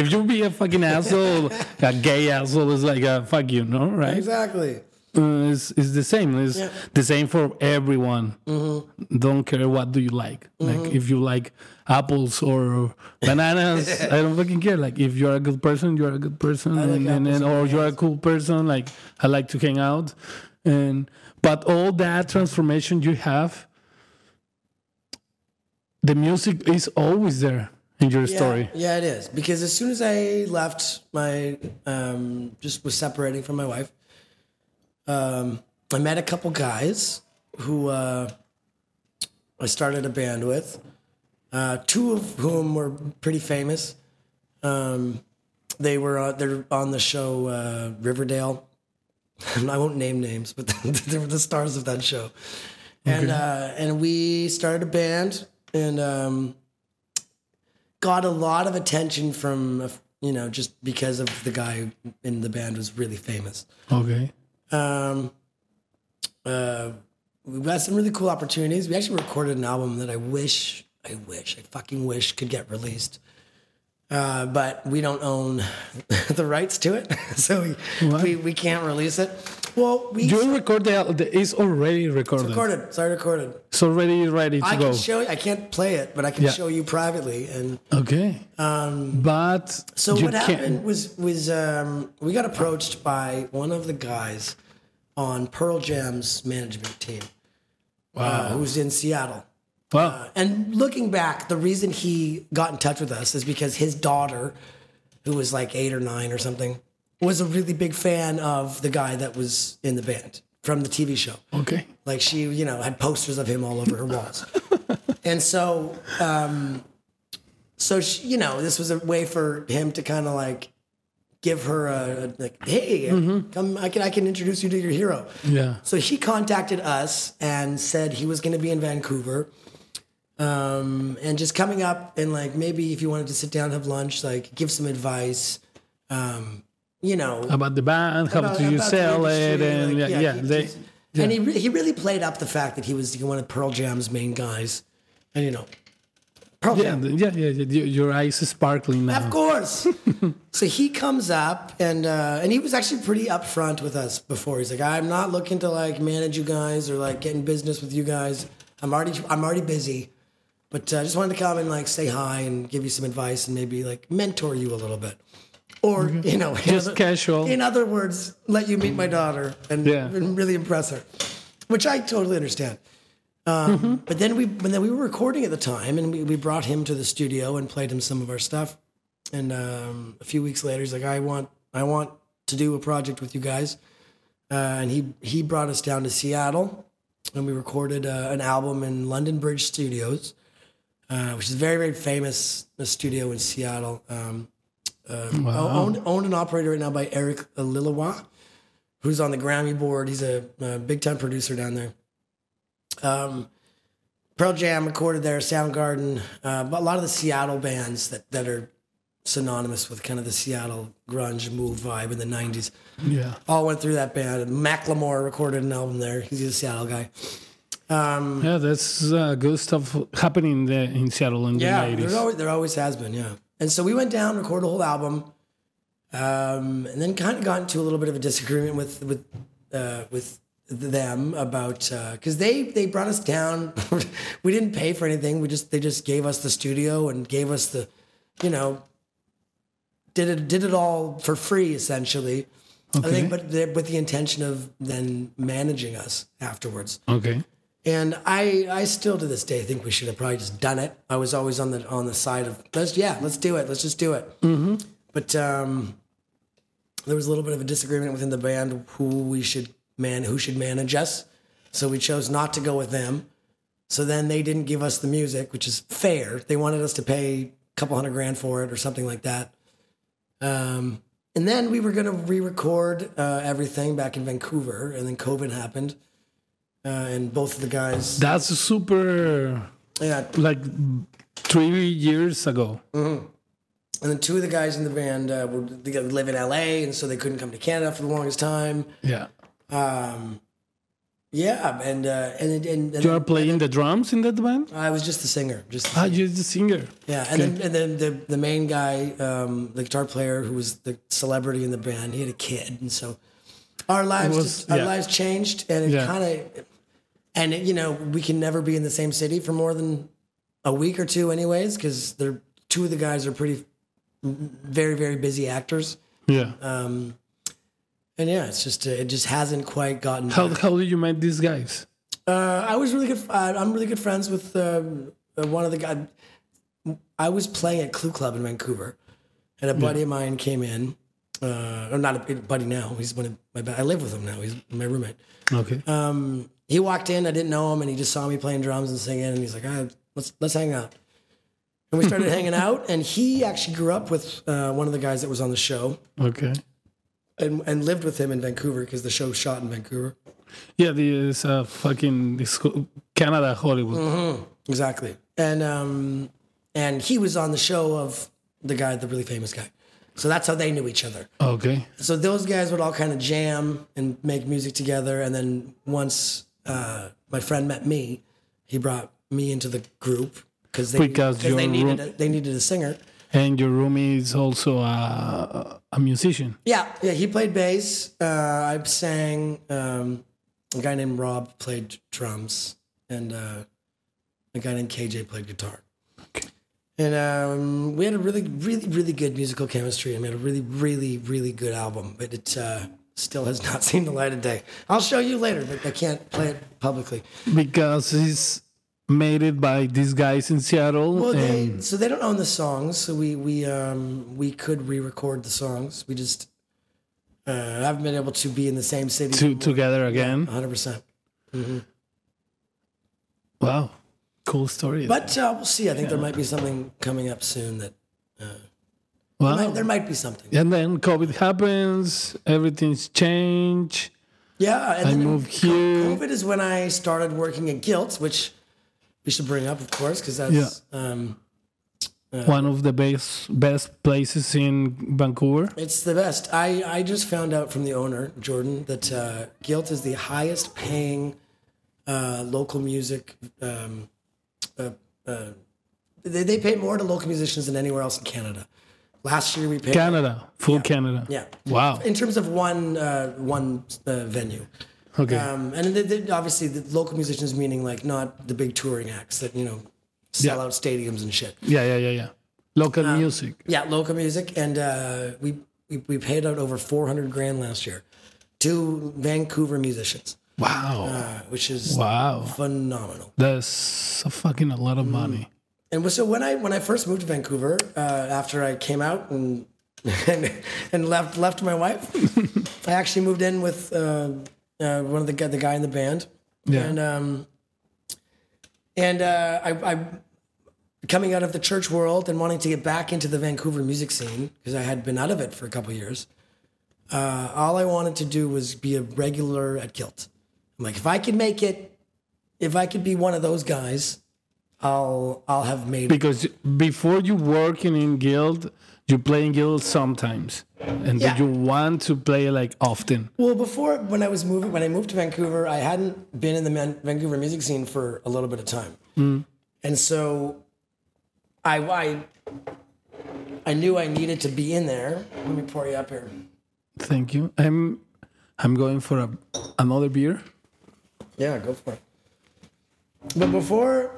S1: if you be a fucking asshole a gay asshole is like a fuck you no right
S2: exactly
S1: uh, it's, it's the same it's the same for everyone
S2: Mm-hmm.
S1: don't care what do you like like if you like apples or
S2: [LAUGHS]
S1: bananas I don't fucking care like if you're a good person you're a good person and, and, and or you're a cool person like I like to hang out and but all that transformation you have the music is always there in your story
S2: Yeah, yeah, it is because as soon as I left my, um, just was separating from my wife, um, I met a couple guys who uh, I started a band with. Uh, two of whom were pretty famous. Um, they were on, they're on the show uh, Riverdale. [LAUGHS] I won't name names, but [LAUGHS] they were the stars of that show. And uh, and we started a band and um, got a lot of attention from you know just because of the guy in the band was really famous.
S1: Okay.
S2: Um, uh, we got some really cool opportunities. We actually recorded an album that I wish, I wish, I fucking wish could get released. Uh, but we don't own [LAUGHS] the rights to it, [LAUGHS] so we,
S1: What?
S2: we we can't release it. Well, we
S1: You record the, the it's already recorded.
S2: recorded. It's already recorded.
S1: It's already ready to
S2: I
S1: go.
S2: can show you. I can't play it, but I can
S1: Yeah.
S2: show you privately. And
S1: okay. Um, but
S2: so
S1: you
S2: what happened
S1: can't.
S2: was was um, we got approached by one of the guys on Pearl Jam's management team, uh, who's in Seattle.
S1: Wow.
S2: And looking back, the reason he got in touch with us is because his daughter, who was like eight or nine or something, was a really big fan of the guy that was in the band from the TV show.
S1: okay.
S2: Like she, you know, had posters of him all over her walls. and so, um, so she, you know, this was a way for him to kind of like give her a, a- like, hey, come, I can, I can introduce you to your hero.
S1: Yeah.
S2: So he contacted us and said he was going to be in Vancouver, um, and just coming up and like maybe if you wanted to sit down, have lunch, like give some advice, um, you know,
S1: About the band, how
S2: about-
S1: do you
S2: about the
S1: sell it,
S2: industry,
S1: and
S2: like,
S1: yeah, yeah,
S2: he
S1: they,
S2: just- And he, re- he really played up the fact that he was one of Pearl Jam's main guys. And, you know, Pearl
S1: yeah,
S2: Jam.
S1: the- yeah, yeah, yeah, Your your eyes is sparkling now. [LAUGHS]
S2: Of course. so he comes up and uh, and he was actually pretty upfront with us before. He's like, I'm not looking to like manage you guys or like get in business with you guys. I'm already I'm already busy, but uh, I just wanted to come and like say hi and give you some advice and maybe like mentor you a little bit, or you know,
S1: Mm-hmm. Just casual.
S2: In other words, let you meet my daughter and,
S1: Yeah.
S2: and really impress her, which I totally understand. Um, But then we, but then we were recording at the time, and we, we brought him to the studio and played him some of our stuff. And um, a few weeks later, he's like, "I want, I want to do a project with you guys." Uh, and he he brought us down to Seattle, and we recorded uh, an album in London Bridge Studios, uh, which is a very very famous uh, studio in Seattle. Um,
S1: Wow.
S2: Oh, owned, owned and operated right now by Eric Lillois, who's on the Grammy board. He's a, a big time producer down there. Um, Pearl Jam recorded there, Soundgarden, uh, but a lot of the Seattle bands that, that are synonymous with kind of the Seattle grunge move vibe in the 90s
S1: yeah,
S2: all went through that band. And Macklemore recorded an album there. He's a Seattle guy.
S1: yeah, that's uh, good stuff happening there in Seattle in
S2: Yeah,
S1: the
S2: there
S1: eighties.
S2: always, there always has been, yeah. And so we went down, recorded a whole album, um, and then kind of got into a little bit of a disagreement with with uh, with them about because they they brought us down. [LAUGHS] we didn't pay for anything. We just they just gave us the studio and gave us the, you know, did it did it all for free essentially. I
S1: Okay.
S2: think, but they- with the intention of then managing us afterwards.
S1: Okay.
S2: And I, I still to this day think we should have probably just done it. I was always on the on the side of let's yeah, let's do it, let's just do it. Mm-hmm. But um, there was a little bit of a disagreement within the band who we should man who should manage us, so we chose not to go with them. So then they didn't give us the music, which is fair. They wanted us to pay a couple hundred grand for it or something like that. Um, and then we were going to re-record uh, everything back in Vancouver, and then COVID happened. Uh, and both of the guys
S1: That's super
S2: yeah,
S1: like three years ago.
S2: and then two of the guys in the band uh, were they live in LA, and so they couldn't come to Canada for the longest time.
S1: Yeah.
S2: Yeah, and uh, and and, and
S1: You are playing the drums in that band?
S2: I was just the singer, just the
S1: Ah, you're the singer.
S2: Yeah, and then and then the the main guy, um, the guitar player who was the celebrity in the band, he had a kid, and so our lives
S1: was-
S2: just, our
S1: yeah.
S2: lives changed, and it
S1: Yeah.
S2: kind of and it, you know we can never be in the same city for more than a week or two, anyways, because they're two of the guys are pretty very very busy actors,
S1: Yeah.
S2: Uh, and yeah, it's just uh, it just hasn't quite gotten.
S1: how how did you meet these guys?
S2: Uh, I was really good. Uh, I'm really good friends with um, uh, one of the guys. I was playing at Clue Club in Vancouver, and a buddy of mine came in. Uh, or not a buddy now. He's one of my. be- I live with him now. He's my roommate.
S1: Okay.
S2: uh, He walked in. I didn't know him, and he just saw me playing drums and singing, and he's like, ah, "Let's let's hang out." And we started hanging out. And he actually grew up with uh, one of the guys that was on the show,
S1: okay.
S2: and, and lived with him in Vancouver because the show shot in Vancouver.
S1: Yeah, this uh, fucking this ho- Canada Hollywood.
S2: Exactly. And um, and he was on the show of the guy, the really famous guy. So that's how they knew each other.
S1: Okay.
S2: So those guys would all kind of jam and make music together. And then once uh, my friend met me, he brought me into the group because they,
S1: Because
S2: 'cause
S1: you're
S2: they needed
S1: room-
S2: a, they needed a singer.
S1: And your roomie is also a, a musician.
S2: Yeah, yeah. He played bass. Uh, I sang. Um, a guy named Rob played drums, and uh, a guy named KJ played guitar. And um, we had a really, really, really good musical chemistry, and we had a really, really, really good album. But it uh, still has not [LAUGHS] seen the light of day. I'll show you later, but I can't play it publicly.
S1: Because he's made it by these guys in Seattle.
S2: Well,
S1: and
S2: they, so they don't own the songs, so we we um, we could re-record the songs. We just uh, haven't been able to be in the same city.
S1: two together again.
S2: 100. percent
S1: Wow. Cool story.
S2: But uh, we'll see. I think there might be something coming up soon that uh,
S1: wow.
S2: might, there might be something. Yeah,
S1: and then COVID happens, everything's changed.
S2: and
S1: I
S2: then
S1: moved here.
S2: COVID is when I started working at Guilt, which we should bring up, of course, because that's um,
S1: One of the best best places in Vancouver.
S2: it's the best. I I just found out from the owner Jordan that uh, Guilt is the highest paying uh, local music. Um, uh, uh, they, they pay more to local musicians than anywhere else in Canada. Last year we paid
S1: Canada, full Canada.
S2: Yeah.
S1: Wow.
S2: in terms of one uh, one uh, venue.
S1: Okay.
S2: Um, and they, they, obviously, the local musicians, meaning like not the big touring acts that you know sell
S1: Yeah.
S2: out stadiums and shit.
S1: yeah, yeah, yeah, yeah. Local
S2: uh,
S1: music.
S2: Yeah, local music, and uh, we, we we paid out over four hundred grand last year to Vancouver musicians,
S1: Wow.
S2: uh, which is
S1: wow.
S2: phenomenal.
S1: That's a fucking a lot of money.
S2: And so when I when I first moved to Vancouver, uh, after I came out and and, and left left my wife,
S1: [LAUGHS]
S2: I actually moved in with uh, uh, one of the guy- the guy in the band.
S1: Yeah.
S2: And um, and uh, I, I coming out of the church world and wanting to get back into the Vancouver music scene because I had been out of it for a couple years. Uh, all I wanted to do was be a regular at Kilt. I'm like, if I can make it, if I could be one of those guys, I'll I'll have made it.
S1: Because before you working in guild, you play in guild sometimes, and
S2: Yeah.
S1: you want to play like often.
S2: Well, before when I was moving, when I moved to Vancouver, I hadn't been in the Man- Vancouver music scene for a little bit of time, and so I, I I knew I needed to be in there. Let me pour you up here.
S1: Thank you. I'm I'm going for a, another beer.
S2: Yeah, go for it. But before,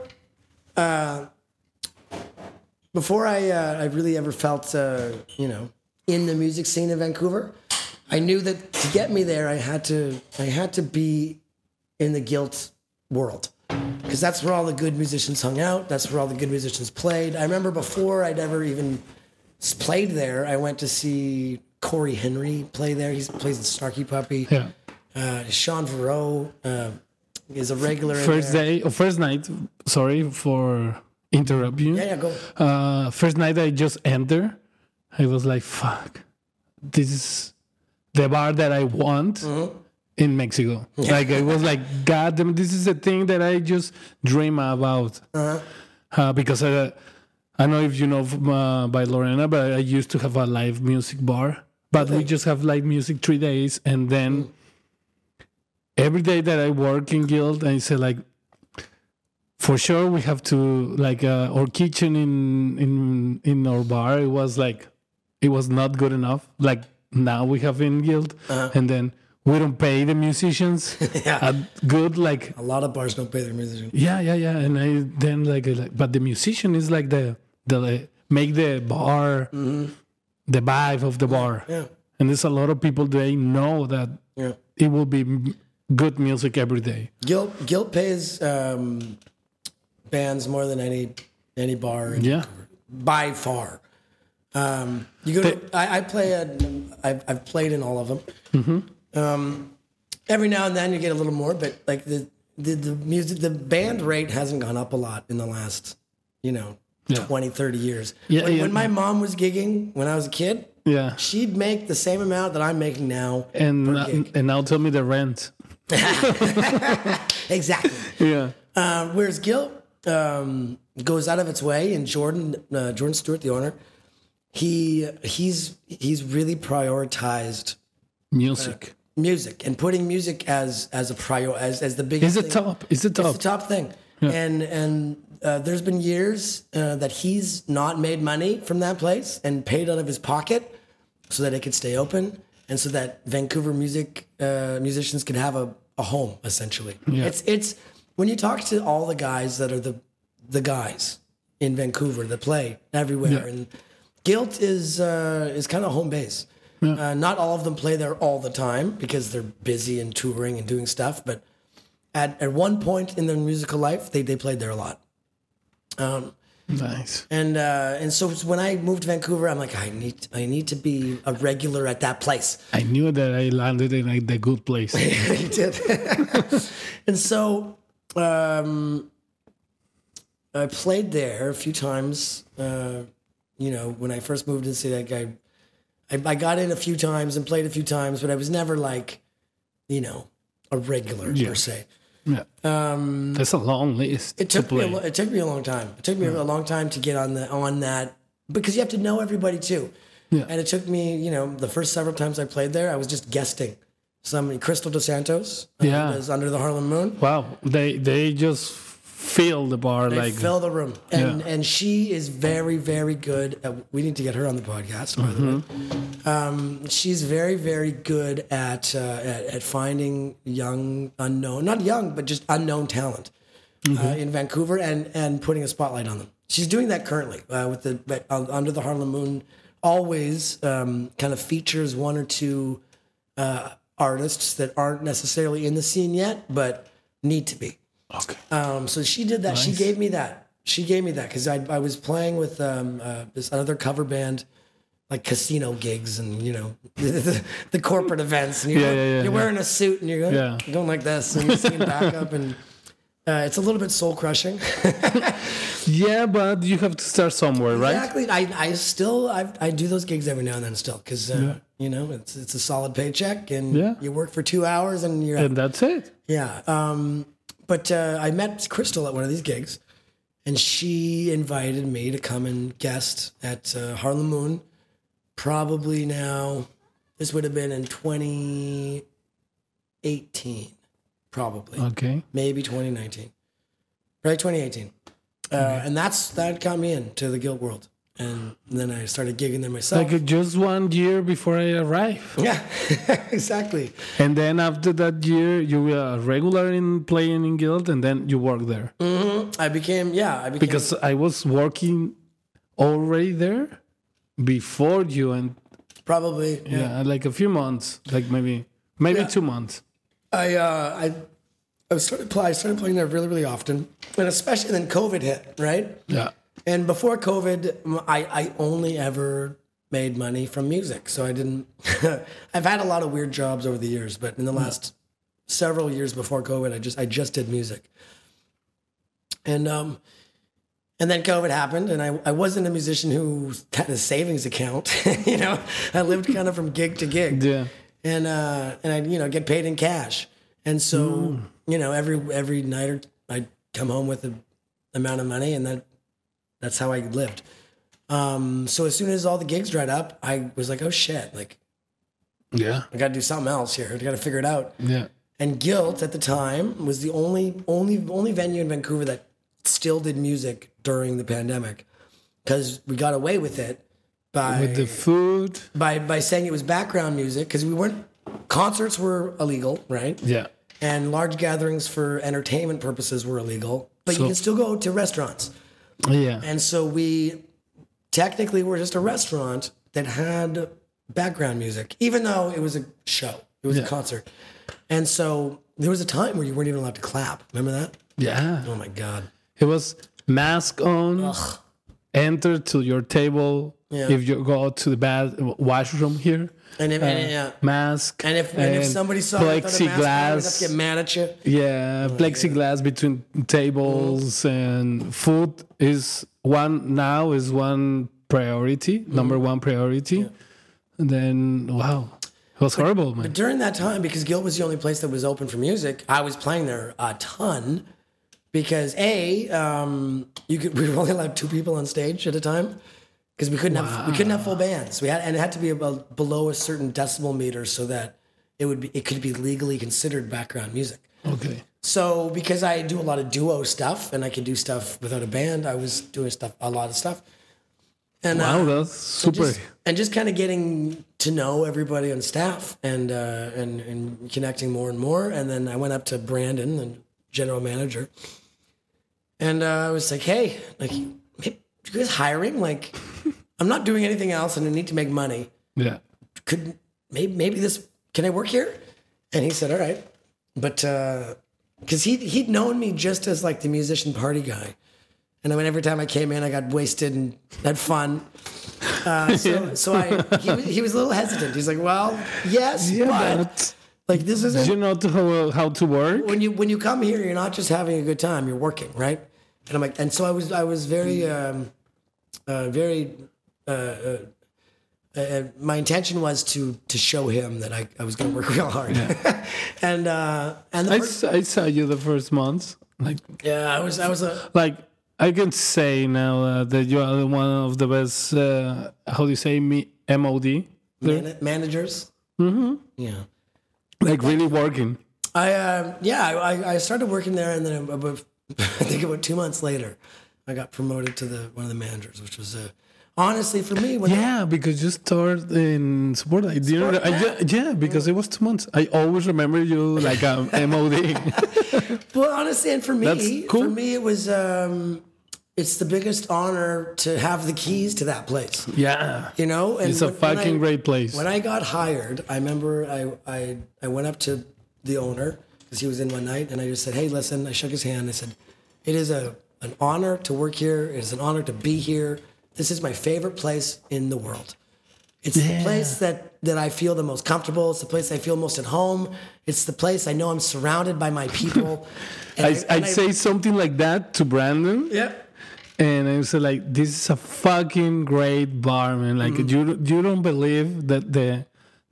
S2: uh, before I uh, I really ever felt uh, you know in the music scene in Vancouver, I knew that to get me there, I had to I had to be in the guilt world because that's where all the good musicians hung out. That's where all the good musicians played. I remember before I'd ever even s- played there, I went to see Corey Henry play there. He plays in Snarky Puppy.
S1: Yeah.
S2: Uh, Sean Varro uh, is a regular. in
S1: First
S2: there.
S1: day, or first night. Sorry for interrupt you.
S2: Yeah, yeah, go.
S1: uh, first night I just enter, I was like, "Fuck, this is the bar that I want in Mexico." Like I was like, "God damn, this is the thing that I just dream about." uh because I, I don't know if you know from, uh, by Lorena, but I used to have a live music bar, but we just have live music three days, and then every day that I work in Guild, I say like, for sure we have to like uh, our kitchen in in in our bar. It was like, it was not good enough. Like now we have in Guild, and then we don't pay the musicians.
S2: Yeah.
S1: a good like
S2: A lot of bars don't pay their musicians.
S1: yeah yeah yeah, and I then like, like but the musician is like the the like, make the bar the vibe of the bar.
S2: Mm-hmm. Yeah.
S1: And there's a lot of people they know that
S2: Yeah.
S1: it will be m- good music every day.
S2: Guilt Guilt pays um, bands more than any any bar in-
S1: Yeah.
S2: by far. Um, you go to, I, I play a, I've, I've played in all of them.
S1: Mm-hmm.
S2: Um, every now and then you get a little more, but like the, the, the music, the band rate hasn't gone up a lot in the last, you know,
S1: Yeah.
S2: twenty thirty 20, 30 years.
S1: Yeah,
S2: when,
S1: yeah.
S2: when my mom was gigging when I was a kid,
S1: Yeah.
S2: She'd make the same amount that I'm making now.
S1: And uh, and now tell me the rent.
S2: Exactly.
S1: Yeah.
S2: Uh, whereas Gil um, goes out of its way, and Jordan, uh, Jordan Stewart, the owner, he he's he's really prioritized
S1: Music.
S2: music and putting music as as a prior as as the
S1: Is
S2: biggest.
S1: it
S2: thing.
S1: top? Is it
S2: It's
S1: top?
S2: the top thing. And and uh, there's been years uh, that he's not made money from that place and paid out of his pocket so that it could stay open and so that Vancouver music uh, musicians could have a, a home essentially. It's it's when you talk to all the guys that are the the guys in Vancouver that play everywhere and Guilt is uh, is kind of home base. Uh, not all of them play there all the time because they're busy and touring and doing stuff, but at, at one point in their musical life, they, they played there a lot.
S1: Nice.
S2: And uh, and so it's when I moved to Vancouver, I'm like, I need I need to be a regular at that place.
S1: I knew that I landed in like, the good place.
S2: [LAUGHS] you did. [LAUGHS] and so um, I played there a few times. Uh, you know, when I first moved to the city, like I, I, I got in a few times and played a few times, but I was never like, you know, a regular per se.
S1: Yeah. Um, That's a long list.
S2: It
S1: to
S2: took me. A,
S1: play.
S2: lo- it took me a long time. It took me a long time to get on the on that because you have to know everybody too.
S1: Yeah.
S2: And it took me, you know, the first several times I played there, I was just guesting. Somebody, Crystal DeSantos, uh,
S1: Yeah.
S2: does Under the Harlem Moon.
S1: wow. They they just fill the bar
S2: They
S1: like
S2: fill the room, and
S1: Yeah.
S2: and she is very very good. At, we need to get her on the podcast. By
S1: Mm-hmm.
S2: the way, um, she's very very good at, uh, at at finding young unknown, not young, but just unknown talent uh,
S1: Mm-hmm.
S2: in Vancouver, and and putting a spotlight on them. She's doing that currently uh, with the but uh, under the Harlem Moon. Always um, kind of features one or two uh, artists that aren't necessarily in the scene yet, but need to be.
S1: okay.
S2: Um, so she did that. She gave me that. She gave me that because I, I was playing with um, uh, this other cover band, like casino gigs and you know [LAUGHS] the, the, the corporate events. And you're,
S1: Yeah, yeah, yeah,
S2: you're
S1: yeah.
S2: wearing a suit and you're going,
S1: Yeah.
S2: you're going like this and you're singing back up and uh, it's a little bit soul crushing.
S1: Yeah, but you have to start somewhere, right?
S2: Exactly. I, I still I, I do those gigs every now and then still because uh, you know it's it's a solid paycheck and
S1: Yeah.
S2: you work for two hours and you're
S1: And that's it.
S2: Yeah. Um, but uh, I met Crystal at one of these gigs, and she invited me to come and guest at uh, Harlem Moon. Probably now, this would have been in 2018, probably,
S1: Okay.
S2: maybe 2019, right? 2018. Uh, And that's that got me into the guild world, and then I started gigging there myself.
S1: Like just one year before I arrive,
S2: [LAUGHS] yeah, exactly.
S1: and then after that year, you were a regular in playing in guild, and then you work there
S2: I became yeah. I became
S1: because I was working already there before you, and
S2: probably yeah.
S1: yeah, like a few months, like maybe maybe two months.
S2: I uh, I I started play, I started playing there really really often, and especially then COVID hit, right?
S1: Yeah.
S2: And before COVID, m- I I only ever made money from music, so I didn't. [LAUGHS] I've had a lot of weird jobs over the years, but in the last several years before COVID, I just I just did music, and um. And then COVID happened, and I, I wasn't a musician who had a savings account. [LAUGHS] you know, I lived kind of from gig to gig
S1: Yeah.
S2: and uh, and I you know get paid in cash, and so you know every every night or I come home with an amount of money, and that that's how I lived. Um, so as soon as all the gigs dried up, I was like, oh shit, like
S1: Yeah.
S2: I got to do something else here. I got to figure it out.
S1: Yeah.
S2: And Guilt at the time was the only only only venue in Vancouver that still did music during the pandemic because we got away with it by
S1: With the food.
S2: by by saying it was background music because we weren't concerts were illegal, right?
S1: Yeah.
S2: And large gatherings for entertainment purposes were illegal, but
S1: So-
S2: you can still go to restaurants.
S1: Yeah.
S2: And so we technically were just a restaurant that had background music, even though it was a show, it was
S1: Yeah.
S2: a concert. And so there was a time where you weren't even allowed to clap. Remember that?
S1: Yeah.
S2: Oh my god.
S1: It was mask on, enter to your table.
S2: Yeah.
S1: If you go to the bath washroom here,
S2: And if, and, yeah.
S1: mask.
S2: And if, and if somebody saw it without a mask, on, they'd have to
S1: plexiglass,
S2: get mad at you.
S1: yeah, plexiglass between tables
S2: Mm.
S1: and food
S2: Mm.
S1: is one now is one priority, number one priority. And then wow, it was horrible, man.
S2: But during that time, because Guild was the only place that was open for music, I was playing there a ton because a um, you could, [LAUGHS] we were only allowed two people on stage at a time because we couldn't have we couldn't have full bands. We had and it had to be about below a certain decibel meter so that it would be it could be legally considered background music.
S1: Okay.
S2: So because I do a lot of duo stuff and I can do stuff without a band, I was doing stuff a lot of stuff. And uh,
S1: Wow, that's super.
S2: just- and just kind of getting to know everybody on staff and uh, and and connecting more and more. And then I went up to Brandon, the general manager, and uh, I was like, "Hey, like, hey, you guys hiring? Like, I'm not doing anything else, and I need to make money.
S1: yeah.
S2: Could maybe maybe this can I work here?" And he said, "All right," but because he he'd known me just as like the musician party guy. And I mean, every time I came in, I got wasted and had fun. Uh, so, so I, he, was- he was a little hesitant. He's like, "Well,
S1: [LAUGHS]
S2: yes,
S1: Yeah,
S2: but,
S1: but
S2: like this isn't
S1: do you know to how, how to work?
S2: when you when you come here, you're not just having a good time; you're working, right?" And I'm like, and so I was I was very um, uh, very uh, uh, uh, my intention was to to show him that I, I was going to work [LAUGHS] real hard, and uh, and the
S1: I,
S2: first-
S1: s- I saw you the first month. Like,
S2: yeah, I was I was a
S1: like I can say now uh, that you are one of the best. Uh, how do you say me? MOD.
S2: man- managers. Mm-hmm. Yeah.
S1: Like really working.
S2: I um yeah, I, I- I started working there, and then about, [LAUGHS] I think about two months later, I got promoted to the one of the managers, which was uh, honestly for me. When
S1: Yeah, because you started in support. I didn't. I ju- yeah, because it was two months. I always remember you like um, [LAUGHS] MOD.
S2: well, honestly, and for me,
S1: That's cool.
S2: for me, it was um, it's the biggest honor to have the keys to that place.
S1: yeah,
S2: You know, and
S1: it's a
S2: when- when I-
S1: fucking great place.
S2: When I got hired, I remember I I, I went up to the owner because he was in one night, and I just said, "Hey, listen." I shook his hand. I said, "It is a an honor to work here. It is an honor to be here. This is my favorite place in the world. It's the place that that I feel the most comfortable. It's the place I feel most at home. It's the place I know I'm surrounded by my people." And
S1: [LAUGHS] I, I, would
S2: and
S1: say something like that to Brandon,
S2: yeah.
S1: and I would say like, "This is a fucking great bar, man! Like you, you don't believe that the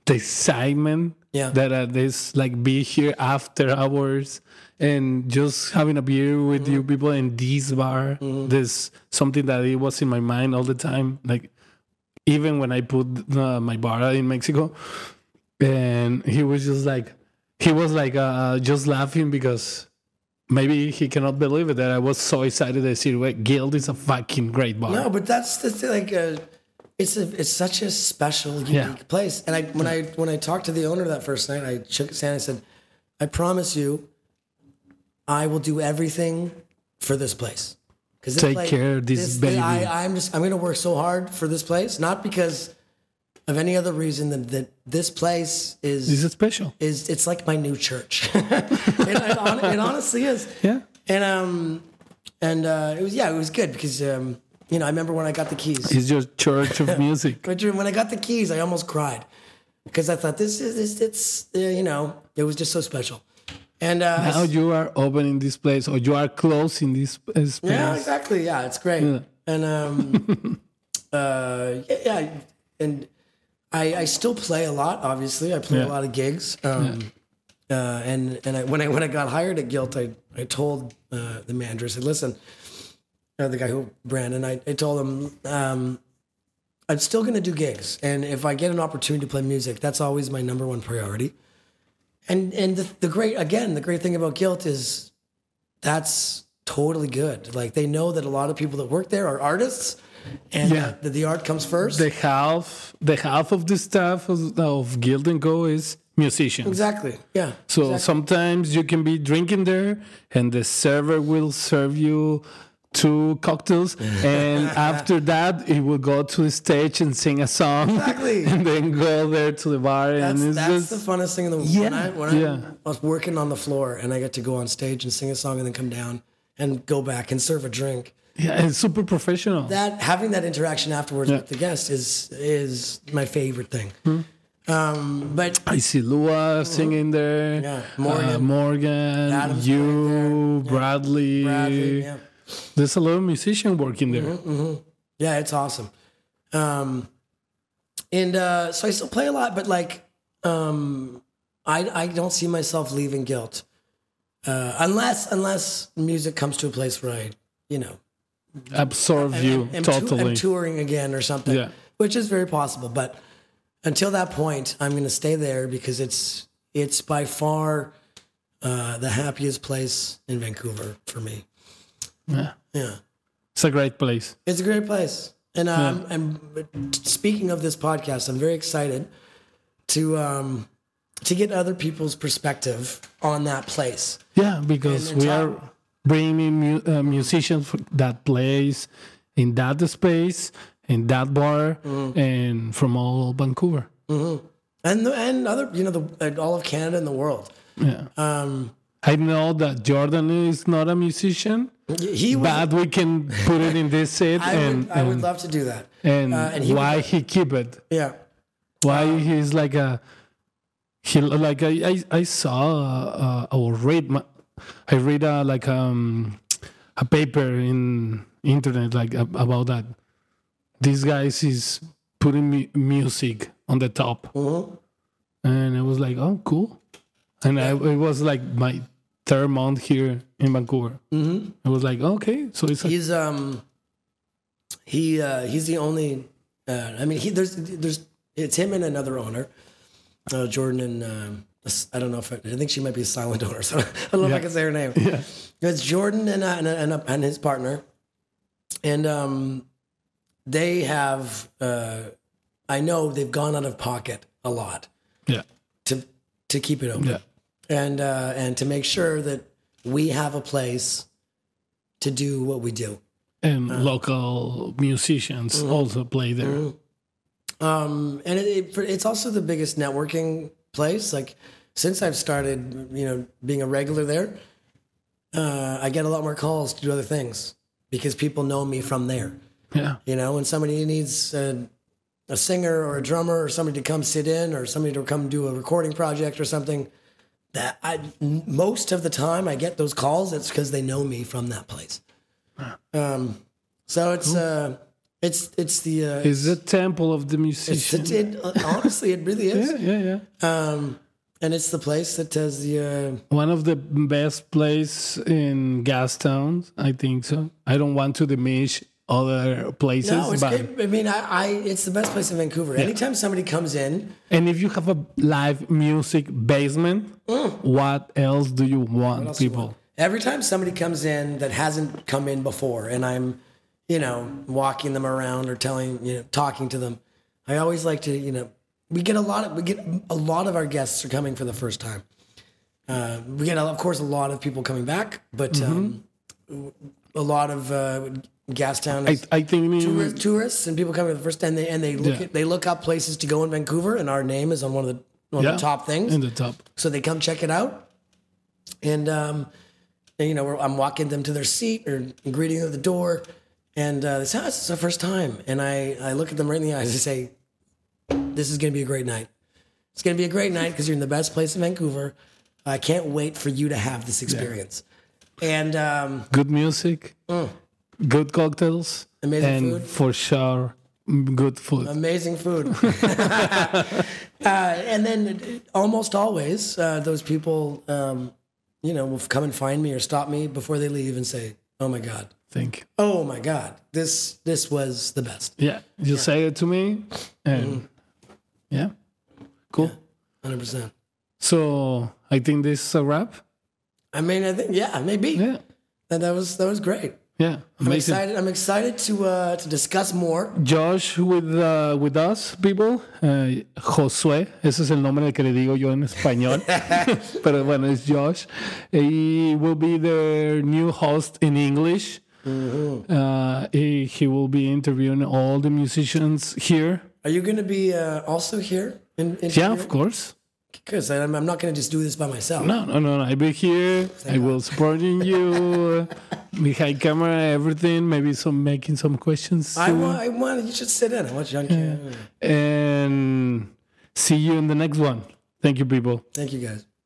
S1: the excitement
S2: Yeah.
S1: that uh, this like be here after hours and just having a beer with you people in this bar. This something that it was in my mind all the time. Like even when I put uh, my bar in Mexico, and he was just like he was like uh, just laughing because maybe he cannot believe it that I was so excited to see wait, Guild is a fucking great bar.
S2: No, but that's the thing. Like, uh, it's a, it's such a special, unique
S1: Yeah.
S2: place. And I when I when I talked to the owner that first night, I shook his hand. I said, "I promise you, I will do everything for this place. Because
S1: Take care of this baby.
S2: I, I'm just I'm going to work so hard for this place, not because of any other reason than that this place is
S1: This is special.
S2: is it's like my new church. [LAUGHS] it, it, hon- it honestly is.
S1: Yeah.
S2: And um, and uh, it was yeah, it was good because um, you know, I remember when I got the keys.
S1: It's your church
S2: [LAUGHS]
S1: of music.
S2: But when I got the keys, I almost cried because I thought this is this it's uh, you know it was just so special. And uh, I
S1: now you are opening this place or you are closing this uh, space.
S2: Yeah, exactly. Yeah, it's great. And um,
S1: [LAUGHS]
S2: uh, yeah, yeah, and I I still play a lot. Obviously, I play a
S1: Yeah.
S2: lot of gigs. Um, uh, and and I, when I when I got hired at Guilt, I I told uh, the manager, I said, listen, uh, the guy who Brandon, I I told him. Um, I'm still going to do gigs, and if I get an opportunity to play music, that's always my number one priority. And and the, the great again, the great thing about Guilt is that's totally good. Like they know that a lot of people that work there are artists, and
S1: Yeah.
S2: that the art comes first.
S1: The half the half of the staff of, of Guild and Go is musicians.
S2: exactly. Yeah.
S1: So sometimes you can be drinking there, and the server will serve you two cocktails,
S2: Mm. [LAUGHS]
S1: and after that, it will go to the stage and sing a song, [LAUGHS]
S2: Exactly.
S1: and then go there to the bar,
S2: That's,
S1: and it's
S2: that's
S1: just
S2: the funnest thing in the world. when
S1: Yeah,
S2: I, when
S1: yeah.
S2: I was working on the floor and I got to go on stage and sing a song and then come down and go back and serve a drink.
S1: yeah, it's super professional.
S2: That having that interaction afterwards with the guest is is my favorite thing. Um, but
S1: I see Lua singing there,
S2: Mm-hmm. Yeah, Morgan.
S1: uh, Morgan,
S2: Adam's
S1: you, Bradley.
S2: Bradley, yeah.
S1: There's a lot of musicians working there.
S2: Yeah, it's awesome. Um, And uh, so I still play a lot, but like, um, I I don't see myself leaving Guilt, uh, unless unless music comes to a place where I, you know, Mm-hmm.
S1: Absorb you
S2: am,
S1: totally.
S2: am touring again or something,
S1: Yeah.
S2: which is very possible. But until that point, I'm going to stay there because it's it's by far uh, the happiest place in Vancouver for me.
S1: Yeah.
S2: Yeah,
S1: It's a great place.
S2: it's a great place. And um, I'm speaking of this podcast. I'm very excited to um, to get other people's perspective on that place.
S1: Yeah, because
S2: And
S1: we
S2: it's-
S1: are bringing mu- uh, musicians from that place, in that space, in that bar,
S2: Mm.
S1: and from all Vancouver.
S2: And the, and other you know the and all of Canada and the world.
S1: Yeah.
S2: Um,
S1: I know that Jordan is not a musician,
S2: he was,
S1: but we can put it in this set
S2: [LAUGHS] I,
S1: and
S2: would, I would
S1: and-
S2: love to do that.
S1: and,
S2: uh, and he would
S1: why he keep it.
S2: Yeah.
S1: Why he's like a he like I I, I saw uh, uh, or read my, I read uh, like um a paper in internet like ab- about that. These guys is putting mu- music on the top, and I was like, oh, cool. And I, it was like my third month here in Vancouver. Mm-hmm. I was like, okay, so it's a
S2: he's um he uh he's the only uh i mean he there's there's it's him and another owner uh jordan and um I don't know if I, I think she might be a silent owner, [LAUGHS] so I don't know if I
S1: Yeah.
S2: can say her name. It's Jordan and uh, and, and, and his partner, and um, they have. Uh, I know they've gone out of pocket a lot
S1: yeah,
S2: to to keep it open
S1: yeah,
S2: and uh, and to make sure that we have a place to do what we do.
S1: and local musicians also play there.
S2: um, and it, it, it's also the biggest networking place. Like since I've started, you know, being a regular there, uh, I get a lot more calls to do other things because people know me from there.
S1: Yeah.
S2: You know, when somebody needs a, a singer or a drummer or somebody to come sit in or somebody to come do a recording project or something, that I m- most of the time I get those calls. It's because they know me from that place. Um, so it's uh, it's it's the uh,
S1: It's the temple of the
S2: it's
S1: musician.
S2: it, it- honestly, it really is,
S1: yeah, yeah, yeah.
S2: um, and it's the place that has the uh,
S1: One of the best place in Gastown, I think so. I don't want to diminish other places,
S2: no. It's,
S1: but
S2: it, I mean, I, I it's the best place in Vancouver. Anytime somebody comes in,
S1: and if you have a live music basement,
S2: Mm.
S1: what else do you want, people?
S2: every time somebody comes in that hasn't come in before, and I'm, you know, walking them around or telling you know talking to them, I always like to you know we get a lot of we get a lot of our guests are coming for the first time. Uh, we get of course a lot of people coming back, but
S1: Mm-hmm.
S2: um, a lot of uh, Gastown.
S1: I,
S2: Is,
S1: I think we-
S2: tour- tourists and people coming for the first time they, and they look
S1: Yeah.
S2: at, they look up places to go in Vancouver and our name is on one of the one
S1: yeah,
S2: of the top things
S1: in the top.
S2: so they come check it out and um and, you know we're, I'm walking them to their seat or greeting them at the door and uh, they say oh, this is our first time and I I look at them right in the eyes and say this is gonna be a great night it's gonna be a great night because you're in the best place in Vancouver I can't wait for you to have this experience and um
S1: Good music, good cocktails,
S2: Mm. Amazing
S1: and
S2: food.
S1: for sure, mm, good food.
S2: Amazing food. [LAUGHS] uh, and then almost always, uh, those people, um, you know, will come and find me or stop me before they leave and say, "Oh my god,
S1: Thank you.
S2: oh my god, this this was the best,
S1: Yeah, you say it to me, and
S2: Mm.
S1: yeah, cool.
S2: hundred percent."
S1: So I think this is a wrap.
S2: I mean, I think yeah, maybe
S1: Yeah,
S2: and that was that was great.
S1: yeah,
S2: I'm
S1: amazing.
S2: excited. I'm excited to uh, to discuss more.
S1: Josh with uh, with us people, eh, Josué, ese es el nombre del que le digo yo en [LAUGHS] español, pero bueno es Josh. He will be their new host in English. Uh, he, he will be interviewing all the musicians here.
S2: Are you going to be uh, also here? In, in
S1: Yeah, of course.
S2: Because I'm, I'm not going to just do this by myself.
S1: No, no, no. no. I'll be here. I will supporting [LAUGHS] you behind camera, everything. Maybe some making some questions.
S2: I
S1: soon.
S2: want. I want. You should sit in. I want you on
S1: Mm.
S2: camera.
S1: and see you in the next one. Thank you, people.
S2: Thank you guys.